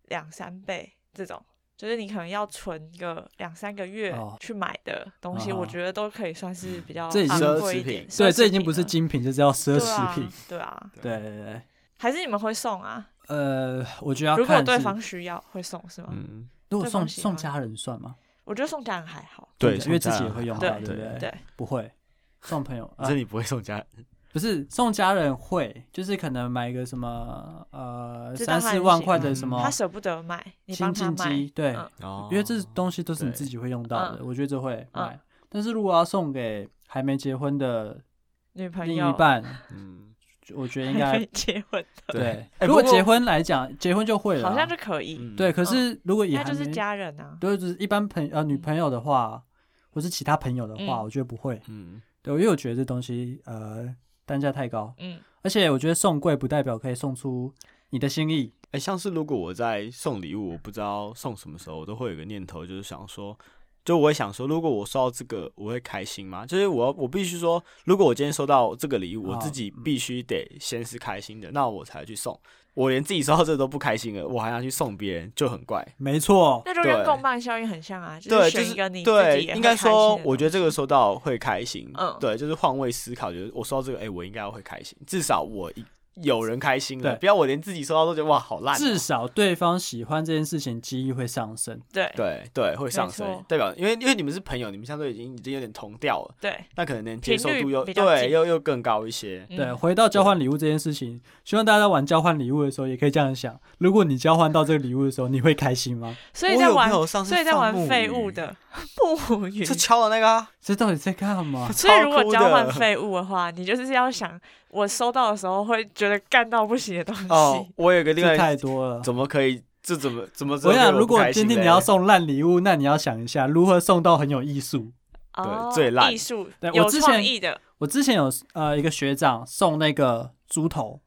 Speaker 2: 两三倍这种，就是你可能要存个两三个月
Speaker 3: 哦
Speaker 2: 去买的东西，
Speaker 3: 啊哈
Speaker 2: 我觉得都可以算是比较
Speaker 3: 这已经
Speaker 2: 昂贵
Speaker 1: 奢
Speaker 2: 一
Speaker 1: 侈
Speaker 2: 点
Speaker 1: 品
Speaker 3: 对，这已经不是
Speaker 2: 奢侈
Speaker 3: 精品，这叫奢
Speaker 2: 品
Speaker 3: 侈
Speaker 2: 了
Speaker 3: 品。
Speaker 2: 对啊，
Speaker 1: 对
Speaker 3: 对对对对，
Speaker 2: 还是你们会送啊？
Speaker 3: 呃，我觉得要
Speaker 2: 如
Speaker 3: 看
Speaker 2: 果
Speaker 3: 是
Speaker 2: 对方需要会送是吗？
Speaker 1: 嗯，
Speaker 3: 如果
Speaker 2: 对方
Speaker 3: 送
Speaker 2: 喜
Speaker 3: 送
Speaker 2: 欢
Speaker 3: 家人算吗？
Speaker 2: 我觉得送家人还好，
Speaker 1: 对，
Speaker 3: 因为自己也会用
Speaker 2: 对
Speaker 3: 到，对不对？
Speaker 2: 对，
Speaker 3: 不会送朋友，啊
Speaker 1: 可是你不会送家人，
Speaker 3: 不是送家人会，就是可能买一个什么呃
Speaker 2: 知道他很
Speaker 3: 三四
Speaker 2: 喜
Speaker 3: 万
Speaker 2: 欢
Speaker 3: 块的什么
Speaker 2: 他舍不得买，你帮
Speaker 3: 清
Speaker 2: 他
Speaker 3: 净
Speaker 2: 买，
Speaker 3: 机，对，
Speaker 2: 嗯
Speaker 1: 哦
Speaker 3: 因为这东西都是你
Speaker 1: 对
Speaker 3: 自己会用到的，
Speaker 2: 嗯
Speaker 3: 我觉得这会买。但是如果要送给还没结婚的
Speaker 2: 女朋
Speaker 3: 另
Speaker 2: 友
Speaker 3: 一半，
Speaker 1: 嗯，
Speaker 3: 我觉得应
Speaker 2: 还
Speaker 3: 该
Speaker 2: 没结婚，
Speaker 1: 对
Speaker 3: 对。。
Speaker 1: 哎
Speaker 3: 如果
Speaker 1: 不过
Speaker 3: 结婚来讲，结婚就会了啊，
Speaker 2: 好像就可以，
Speaker 1: 嗯
Speaker 3: 对。可是如果也
Speaker 2: 那
Speaker 3: 还
Speaker 2: 就是
Speaker 3: 没
Speaker 2: 家人啊。
Speaker 3: 对，就是一般朋呃女朋友的话，或是其他朋友的话，
Speaker 2: 嗯
Speaker 3: 我觉得不会。
Speaker 1: 嗯，
Speaker 3: 对，因为我觉得这东西呃单价太高，
Speaker 2: 嗯，
Speaker 3: 而且我觉得送贵不代表可以送出你的心意。
Speaker 1: 哎、像是如果我在送礼物，我不知道送什么时候，我都会有个念头，就是想说，就我会想说，如果我收到这个，我会开心吗？就是我要我必须说，如果我今天收到这个礼物，
Speaker 3: 啊
Speaker 1: 我自己
Speaker 2: 嗯
Speaker 1: 必须得先是开心的，那我才去送。我连自己收到这都不开心了，我还想去送别人，就很怪。
Speaker 3: 没错，
Speaker 2: 那就跟
Speaker 1: 对
Speaker 2: 共伴效应很像啊，就
Speaker 1: 对，
Speaker 2: 是
Speaker 1: 就
Speaker 2: 选
Speaker 1: 是
Speaker 2: 一个你自
Speaker 1: 对
Speaker 2: 己，也
Speaker 1: 应
Speaker 2: 会
Speaker 1: 该
Speaker 2: 开心
Speaker 1: 说
Speaker 2: 的，
Speaker 1: 我觉得这个收到会开心。
Speaker 2: 嗯
Speaker 1: 对，就是换位思考，就是我收到这个，哎、我应该要会开心，至少我一有人开心了，
Speaker 3: 对
Speaker 1: 不要我连自己收到都觉得哇好烂、啊。
Speaker 3: 至少对方喜欢这件事情，机遇会上升。
Speaker 2: 对
Speaker 1: 对对，会上升
Speaker 2: 错，
Speaker 1: 代表因为因为你们是朋友，你们相对已经已经有点同调了，
Speaker 2: 对
Speaker 1: 那可能能接受
Speaker 2: 频
Speaker 1: 度
Speaker 2: 率
Speaker 1: 又
Speaker 2: 比较
Speaker 1: 对
Speaker 2: 近
Speaker 1: 又又更高一些。
Speaker 3: 对，
Speaker 2: 嗯
Speaker 3: 回到交换礼物这件事情，希望大家在玩交换礼物的时候，也可以这样想：如果你交换到这个礼物的时候，你会开心吗？
Speaker 2: 嗯所以在
Speaker 1: 我
Speaker 2: 玩，
Speaker 1: 有朋友上次
Speaker 2: 所以在
Speaker 1: 放
Speaker 2: 玩
Speaker 1: 木
Speaker 2: 废
Speaker 1: 鱼
Speaker 2: 物 的 木鱼。
Speaker 1: 就敲了那个、啊，
Speaker 3: 这到底在干 嘛？
Speaker 2: 所以如果
Speaker 1: 超酷
Speaker 2: 交换
Speaker 1: 的
Speaker 2: 废物的话，你就是要想，我收到的时候会觉得干到不行的东西。
Speaker 1: 哦，我有一个另
Speaker 3: 这
Speaker 1: 外
Speaker 3: 太多了。
Speaker 1: 怎么可以这怎么怎么怎
Speaker 3: 我
Speaker 1: 么
Speaker 3: 想，
Speaker 1: 可以
Speaker 3: 如
Speaker 1: 不
Speaker 3: 果
Speaker 1: 开
Speaker 3: 今
Speaker 1: 心
Speaker 3: 天
Speaker 1: 嘞
Speaker 3: 你要送烂礼物，那你要想一下如何送到很有艺术。
Speaker 2: 哦
Speaker 1: 最烂
Speaker 2: 艺术
Speaker 3: 对我
Speaker 2: 有
Speaker 3: 之
Speaker 2: 创
Speaker 3: 前
Speaker 2: 意的
Speaker 3: 我之前有呃一个学长送那个猪头，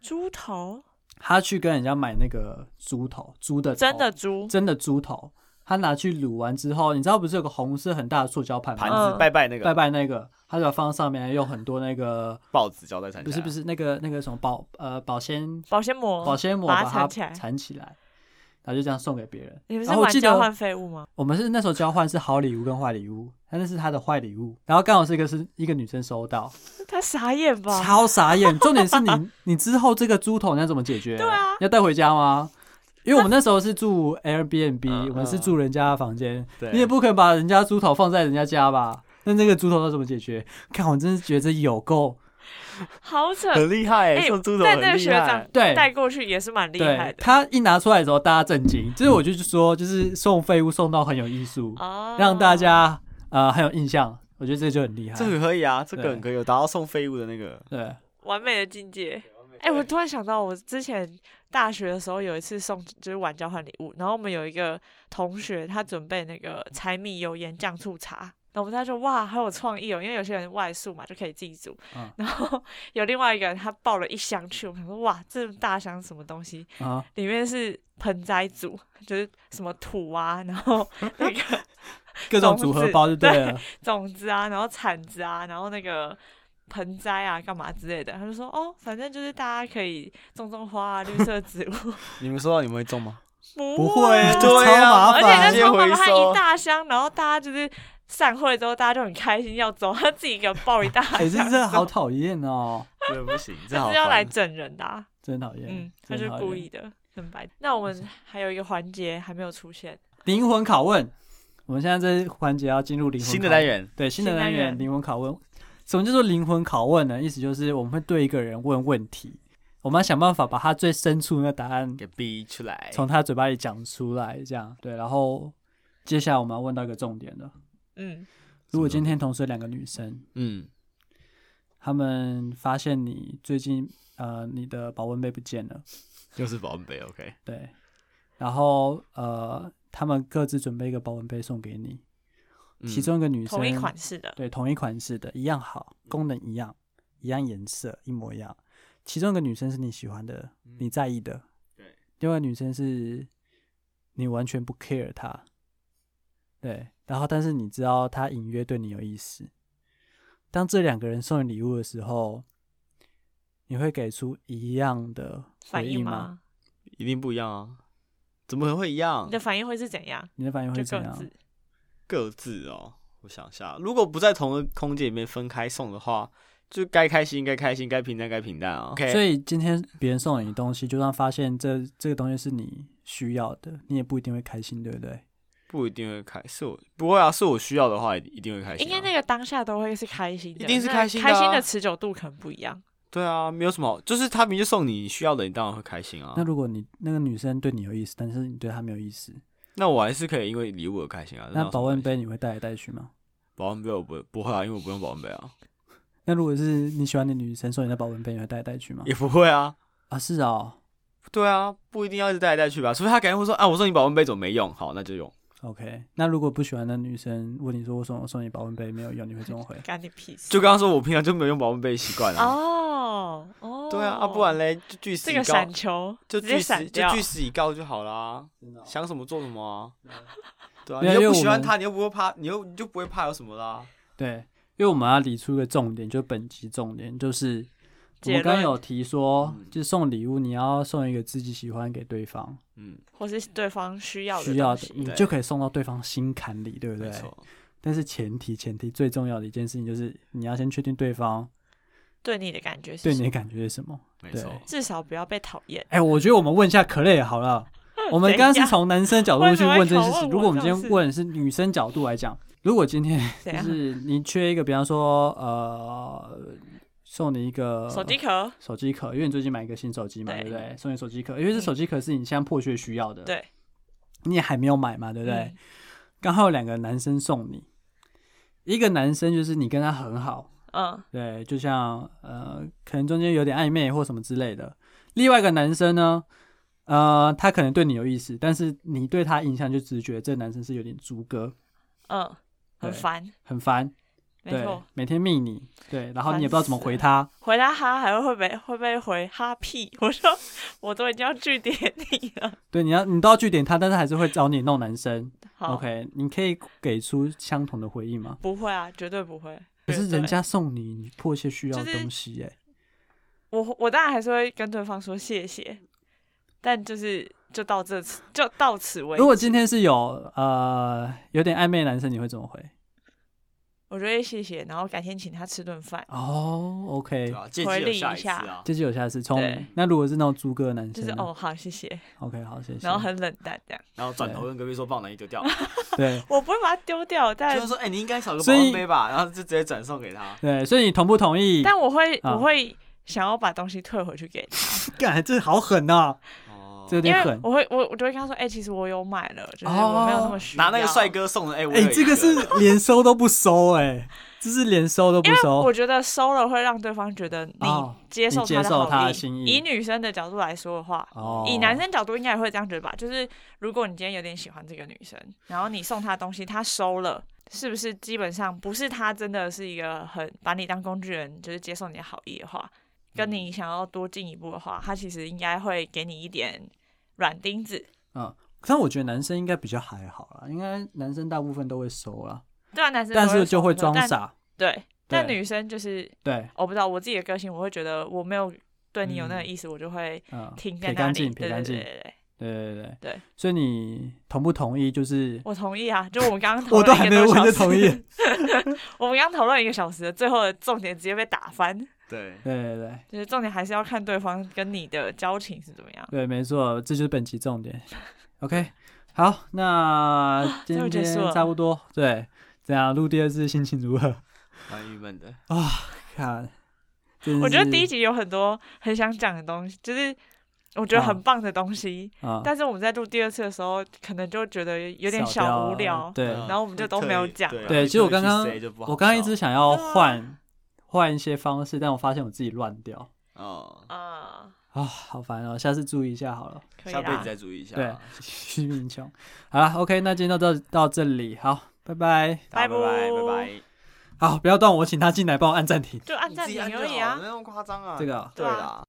Speaker 2: 猪头，
Speaker 3: 他去跟人家买那个猪头，猪的头
Speaker 2: 真的猪，
Speaker 3: 真的猪头，他拿去卤完之后，你知道不是有个红色很大的塑胶盘吗
Speaker 1: 盘
Speaker 2: 嗯
Speaker 1: 子拜拜那
Speaker 3: 拜
Speaker 1: 个
Speaker 3: 拜那个，他就把它放上面，用很多那个
Speaker 1: 报纸胶带
Speaker 2: 啊
Speaker 1: 缠起
Speaker 3: 不是
Speaker 1: 来
Speaker 3: 不是那个那个什么保呃保鲜
Speaker 2: 保鲜膜，
Speaker 3: 保鲜膜
Speaker 2: 哦把
Speaker 3: 把
Speaker 2: 它
Speaker 3: 它
Speaker 2: 缠起来
Speaker 3: 缠起来，然后就这样送给别人。
Speaker 2: 你们是
Speaker 3: 然哦后我
Speaker 2: 玩
Speaker 3: 记
Speaker 2: 交
Speaker 3: 得
Speaker 2: 换废物吗？
Speaker 3: 我们是那时候交换是好礼物跟坏礼物，但那是他的坏礼物，然后刚好是一个是一个女生收到，
Speaker 2: 他傻眼吧？
Speaker 3: 超傻眼。重点是你 你之后这个猪头你要怎么解决？
Speaker 2: 对啊
Speaker 3: 你要带回家吗？因为我们那时候是住 Airbnb，、
Speaker 1: 嗯
Speaker 3: 我们是住人家的房间，
Speaker 1: 对，
Speaker 3: 你也不可能把人家猪头放在人家家吧？那那个猪头要怎么解决？看，我真是觉得有够
Speaker 2: 好扯！
Speaker 1: 很厉害、欸，
Speaker 2: 哎
Speaker 1: 送猪头
Speaker 2: 但
Speaker 1: 很
Speaker 2: 那个
Speaker 1: 厉
Speaker 2: 学长
Speaker 1: 害。
Speaker 3: 对
Speaker 2: 带过去也是蛮厉害
Speaker 3: 对，
Speaker 2: 的嗯
Speaker 3: 他一拿出来的时候，大家震惊。就是我就是说，就是送废物送到很有艺术，
Speaker 2: 哦，
Speaker 3: 让大家呃很有印象。我觉得这就很厉害。
Speaker 1: 这个可以啊，这
Speaker 3: 对
Speaker 1: 个很可以，有达到送废物的那 个。
Speaker 3: 对，
Speaker 2: 完美的境界。哎、我突然想到，我之前大学的时候有一次送，就是玩交换礼物，然后我们有一个同学，他准备那个柴米油盐酱醋茶，那我们他说哇，好有创意哦，因为有些人外宿嘛，就可以自己煮。
Speaker 3: 嗯
Speaker 2: 然后 有另外一个人他抱了一箱去，我们想说哇，这么大箱是什么东西？
Speaker 3: 啊，
Speaker 2: 里面是盆栽组，就是什么土啊，然后 那个
Speaker 3: 各种组合包就对了。
Speaker 2: 种子啊，然后铲子啊，然后那个盆栽啊，干嘛之类的。他就说哦，反正就是大家可以种种花啊，绿色植物。
Speaker 1: 你们收到你们会中吗？
Speaker 2: 不
Speaker 3: 不会啊，
Speaker 2: 啊
Speaker 1: 对啊
Speaker 3: 超麻
Speaker 2: 而且
Speaker 3: 烦。
Speaker 2: 那超妈妈
Speaker 1: 直接
Speaker 2: 她
Speaker 1: 回收
Speaker 2: 一大箱，然后大家就是散会之后，大家就很开心要走，她自己一个人抱一大箱，
Speaker 3: 哎、这真的 好讨厌哦，
Speaker 1: 这不行，这
Speaker 2: 她
Speaker 1: 好
Speaker 2: 是要来
Speaker 1: 烦。
Speaker 2: 整人的、啊。
Speaker 3: 真讨厌。
Speaker 2: 嗯，她
Speaker 3: 真
Speaker 2: 是
Speaker 3: 讨
Speaker 2: 故
Speaker 3: 厌
Speaker 2: 意的，很白。那我们还有一个环节还没有出现，
Speaker 3: 灵魂拷问。我们现在这环节要进入灵魂
Speaker 1: 新的
Speaker 3: 拷
Speaker 1: 单
Speaker 3: 问，
Speaker 1: 元，
Speaker 3: 对新的
Speaker 2: 新单
Speaker 3: 单元
Speaker 2: 元
Speaker 3: 灵魂拷问。什么叫做灵魂拷问呢？意思就是我们会对一个人问问题，我们要想办法把他最深处的答案
Speaker 1: 给逼出来。
Speaker 3: 从他嘴巴里讲出来，这样对。然后接下来我们要问到一个重点了：
Speaker 2: 嗯，
Speaker 3: 如果今天同时有两个女生，
Speaker 1: 嗯，
Speaker 3: 她们发现你最近呃你的保温杯不见了，
Speaker 1: 又是保温杯，OK。
Speaker 3: 对，然后呃她们各自准备一个保温杯送给你，
Speaker 1: 嗯
Speaker 3: 其中一个女生
Speaker 2: 同一款式的，
Speaker 3: 对同一款式的，一样好，功能一样，一样颜色，一模一样。其中一个女生是你喜欢的，你在意的，
Speaker 1: 对，
Speaker 3: 另外一个女生是你完全不 care 她，对，然后但是你知道她隐约对你有意思。当这两个人送你礼物的时候，你会给出一样的
Speaker 2: 反
Speaker 3: 回应
Speaker 2: 应
Speaker 3: 吗？
Speaker 2: 吗？
Speaker 1: 一定不一样啊，怎么可能会一样
Speaker 2: 你的？反应会是怎样？
Speaker 3: 你的反应
Speaker 2: 就
Speaker 3: 会怎
Speaker 2: 各
Speaker 3: 样
Speaker 2: 自？
Speaker 1: 各自哦，我想一下，如果不在同个空间里面分开送的话，就该开心该开心，该平淡该平淡啊。OK，
Speaker 3: 所以今天别人送你东西，就算发现这这个东西是你需要的，你也不一定会开心，对不对？
Speaker 1: 不一定会开，是我不会啊，是我需要的话一一定会开心、
Speaker 2: 应
Speaker 1: 啊。
Speaker 2: 该那个当下都会是开心的，
Speaker 1: 一定是
Speaker 2: 那
Speaker 1: 开心的
Speaker 2: 开
Speaker 1: 啊
Speaker 2: 心的持久度可能不一样。
Speaker 1: 对啊，没有什么好，就是他明明就送你需要的，你当然会开心啊。
Speaker 3: 那如果你那个女生对你有意思，但是你对她没有意思，
Speaker 1: 那我还是可以因为礼物而开心啊。哪有
Speaker 3: 那
Speaker 1: 什么
Speaker 3: 保温
Speaker 1: 关系，
Speaker 3: 杯你会带来带去吗？
Speaker 1: 保温杯我不不会啊，因为我不用保温杯啊，
Speaker 3: 那如果是你喜欢的女生送你的保温杯，你会带来带去吗？
Speaker 1: 也不会啊。
Speaker 3: 啊，是哦
Speaker 1: 对啊，不一定要一直带来带去吧，除非他改天会说啊，我送你保温杯怎么没用？好，那就用。
Speaker 3: ，OK。那如果不喜欢的女生问你说我送我送你保温杯没有用，你会怎么回？
Speaker 2: 干你屁事！
Speaker 1: 就刚刚说我平常就没有用保温杯的习惯啊。
Speaker 2: 哦哦，
Speaker 1: 对啊，啊不然嘞，就据实
Speaker 2: 这
Speaker 1: 以
Speaker 2: 个
Speaker 1: 告，
Speaker 2: 闪球
Speaker 1: 就
Speaker 2: 直
Speaker 1: 据
Speaker 2: 接
Speaker 1: 实
Speaker 2: 闪
Speaker 1: 就
Speaker 2: 掉
Speaker 1: 据，实以告就好啦，
Speaker 3: 真的、
Speaker 1: 想什么做什么啊。对啊，
Speaker 3: 没有
Speaker 1: 你又
Speaker 3: 因为
Speaker 1: 不
Speaker 3: 我
Speaker 1: 喜欢
Speaker 3: 们
Speaker 1: 他，你又不会怕，你又你就不会怕有什么啦。
Speaker 3: 对，因为我们要理出一个重点，就本集重点就是我
Speaker 2: 结
Speaker 3: 们
Speaker 2: 论
Speaker 3: 刚刚有提说
Speaker 1: 嗯，
Speaker 3: 就是送礼物你要送一个自己喜欢给对方
Speaker 1: 嗯，
Speaker 2: 或是对方需要的
Speaker 3: 需要
Speaker 2: 东
Speaker 3: 的，
Speaker 2: 西
Speaker 3: 你
Speaker 1: 对
Speaker 3: 就可以送到对方心坎里，对不
Speaker 1: 没
Speaker 3: 对？
Speaker 1: 错，
Speaker 3: 但是前提前提最重要的一件事情就是你要先确定对方
Speaker 2: 对你的感觉是
Speaker 3: 对
Speaker 2: 什
Speaker 3: 你
Speaker 2: 么
Speaker 3: 的感觉是什么？
Speaker 1: 没
Speaker 3: 对
Speaker 1: 错。
Speaker 2: 至少不要被讨厌。
Speaker 3: 哎、我觉得我们问一下可累好 了。我们刚刚
Speaker 2: 怎
Speaker 3: 是
Speaker 2: 样
Speaker 3: 从男生角度去问这件事
Speaker 2: 为什么会拷问
Speaker 3: 情，
Speaker 2: 我
Speaker 3: 如果我们
Speaker 2: 这
Speaker 3: 今天
Speaker 2: 种事
Speaker 3: 问的是女生角度来讲，如果今天
Speaker 2: 怎
Speaker 3: 就
Speaker 2: 样？
Speaker 3: 是你缺一个，比方说呃，送你一个
Speaker 2: 手机壳
Speaker 3: 手机壳，因为你最近买一个新手机嘛，对
Speaker 2: 对嗯
Speaker 3: 不对？送你手机壳，因为这手机壳是你现在迫切需要的，
Speaker 2: 对，嗯
Speaker 3: 你也还没有买嘛，对不对？刚好有两个男生送你，一个男生就是你跟他很好，
Speaker 2: 嗯？
Speaker 3: 对，就像呃，可能中间有点暧昧或什么之类的。另外一个男生呢，呃，他可能对你有意思，但是你对他印象就只觉得这男生是有点猪哥，
Speaker 2: 嗯嗯，很
Speaker 3: 对
Speaker 2: 烦，
Speaker 3: 很烦，
Speaker 2: 没
Speaker 3: 对
Speaker 2: 错。，
Speaker 3: 每天密你，对，然后
Speaker 2: 烦
Speaker 3: 你也不知道怎么
Speaker 2: 死
Speaker 3: 回
Speaker 2: 了
Speaker 3: 他，
Speaker 2: 回答哈还会被会被回哈屁，我说我都已经要据点你了。
Speaker 3: 对，你要你都要据点他，但是还是会找你弄男生。
Speaker 2: 好
Speaker 3: OK，你可以给出相同的回应吗？
Speaker 2: 不会啊，绝对不会。
Speaker 3: 可是
Speaker 2: 绝对
Speaker 3: 人家送你你迫切需要的
Speaker 2: 就是
Speaker 3: 东西、耶。
Speaker 2: 我我当然还是会跟对方说谢谢，但就是就到这次，就到此为止。
Speaker 3: 如果今天是有呃有点暧昧的男生，你会怎么回？
Speaker 2: 我就会谢谢，然后改天请他吃顿饭，
Speaker 3: 哦，OK，
Speaker 1: 对啊吧、借
Speaker 2: 哎回
Speaker 1: 机有
Speaker 2: 礼
Speaker 1: 下
Speaker 2: 一
Speaker 1: 一次
Speaker 2: 下
Speaker 1: 啊，
Speaker 3: 这就有下次聪
Speaker 2: 对
Speaker 3: 明。那如果是那种猪哥的男
Speaker 2: 就
Speaker 3: 生
Speaker 2: 是
Speaker 3: 呢，
Speaker 2: 哦好谢谢，
Speaker 3: ，OK，好，谢谢。
Speaker 2: 然后很冷淡这样。
Speaker 1: 然后转头跟隔壁说把我男衣丢掉，
Speaker 3: 对
Speaker 2: 我不会把它丢掉，但
Speaker 1: 就是说哎、你应该少个保
Speaker 3: 所以
Speaker 1: 温杯吧，然后就直接转送给他。
Speaker 3: 对，所以你同不同意？
Speaker 2: 但我会、
Speaker 3: 啊
Speaker 2: 我会想要把东西退回去给他，
Speaker 3: 干，这好狠啊呐、
Speaker 1: 哦
Speaker 3: 这有
Speaker 2: 因
Speaker 3: 点
Speaker 2: 为
Speaker 3: 狠。
Speaker 2: 我会我我就会跟他说，哎、其实我有买了，就是
Speaker 3: 哦
Speaker 2: 我没有那么需要。
Speaker 1: 拿那个帅，哥送的，哎、我
Speaker 3: 哎、
Speaker 1: 有一
Speaker 3: 这个是连收都不收、哎，这是连收都不
Speaker 2: 因为
Speaker 3: 收
Speaker 2: 我。觉得收了会让对方觉得你
Speaker 3: 哦
Speaker 2: 接受
Speaker 3: 你接受
Speaker 2: 他
Speaker 3: 他
Speaker 2: 好
Speaker 3: 的
Speaker 2: 意。
Speaker 3: 心意
Speaker 2: 以女生的角度来说的话。
Speaker 3: 哦，
Speaker 2: 以男生角度应该也会这样觉得吧，就是如果你今天有点喜欢这个女生，然后你送她东西，她收了，是不是基本上不是她真的是一个很把你当工具人，就是接受你的好意的话，跟
Speaker 3: 嗯
Speaker 2: 你想要多进一步的话，她其实应该会给你一点软钉子，
Speaker 3: 嗯，但我觉得男生应该比较还好啦，应该男生大部分都会收啦，
Speaker 2: 对啊，男生都
Speaker 3: 但是就
Speaker 2: 收
Speaker 3: 会
Speaker 2: 的
Speaker 3: 装，
Speaker 2: 但
Speaker 3: 傻。
Speaker 2: 对，但
Speaker 3: 对
Speaker 2: 女生就是
Speaker 3: 对，
Speaker 2: 我不知道我自己的个性，我会觉得我没有对你有那个
Speaker 3: 嗯
Speaker 2: 意思，我就会
Speaker 3: 嗯，
Speaker 2: 停在
Speaker 3: 撇
Speaker 2: 那
Speaker 3: 干
Speaker 2: 里，
Speaker 3: 净，
Speaker 2: 对对
Speaker 3: 撇干
Speaker 2: 对
Speaker 3: 净，
Speaker 2: 对对，
Speaker 3: 对对对
Speaker 2: 对。
Speaker 3: 所以你同不同意？就是
Speaker 2: 我同意啊，就我们刚刚讨
Speaker 3: 我都
Speaker 2: 论
Speaker 3: 还
Speaker 2: 一
Speaker 3: 没
Speaker 2: 个多
Speaker 3: 问就
Speaker 2: 小
Speaker 3: 同意
Speaker 2: 时。 我们刚讨论一个小时了，最后的重点直接被打翻，
Speaker 1: 对，
Speaker 3: 对对对
Speaker 2: 就是重点还是要看对方跟你的交情是怎么样。
Speaker 3: 对，没错，这就是本集重点。OK，好，那今
Speaker 2: 啊终于结
Speaker 3: 天
Speaker 2: 束了
Speaker 3: 差不多，对，怎样录第二次心情如何？
Speaker 1: 蛮郁闷的。
Speaker 3: 看，真的
Speaker 2: 我觉得
Speaker 3: 嗯是
Speaker 2: 第一集有很多很想讲的东西，就是我觉得很棒的东西，
Speaker 3: 啊，
Speaker 2: 但是我们在录第二时候，可能就觉得有点
Speaker 3: 少
Speaker 2: 小
Speaker 3: 掉
Speaker 2: 无聊。
Speaker 3: 对，
Speaker 1: 嗯
Speaker 2: 然后我们就都没有讲
Speaker 1: 对啊
Speaker 3: 对其实我
Speaker 1: 特别
Speaker 3: 刚刚
Speaker 1: 去 say 就不好
Speaker 3: 我刚刚一
Speaker 1: 笑
Speaker 3: 直想要
Speaker 2: 啊
Speaker 3: 换换一些方式，但我发现我自己乱掉
Speaker 1: 哦，
Speaker 2: 啊、
Speaker 3: 啊，好烦哦，下次注意一下好了，
Speaker 2: 可以
Speaker 1: 下辈
Speaker 2: 啦
Speaker 1: 子，再注意一下。
Speaker 3: 对徐明琼。好了，OK，那今天就到到这里，好，拜拜。
Speaker 1: 大家拜拜
Speaker 2: 拜
Speaker 1: 拜
Speaker 2: 拜
Speaker 1: 拜。
Speaker 3: 好，不要动我，请他进来帮我按暂停。
Speaker 2: 就按暂
Speaker 1: 你自己按
Speaker 2: 停
Speaker 1: 就
Speaker 2: 而已
Speaker 1: 好
Speaker 2: 啊
Speaker 1: 了没。那么夸张啊。
Speaker 3: 这个啊
Speaker 1: 对啦。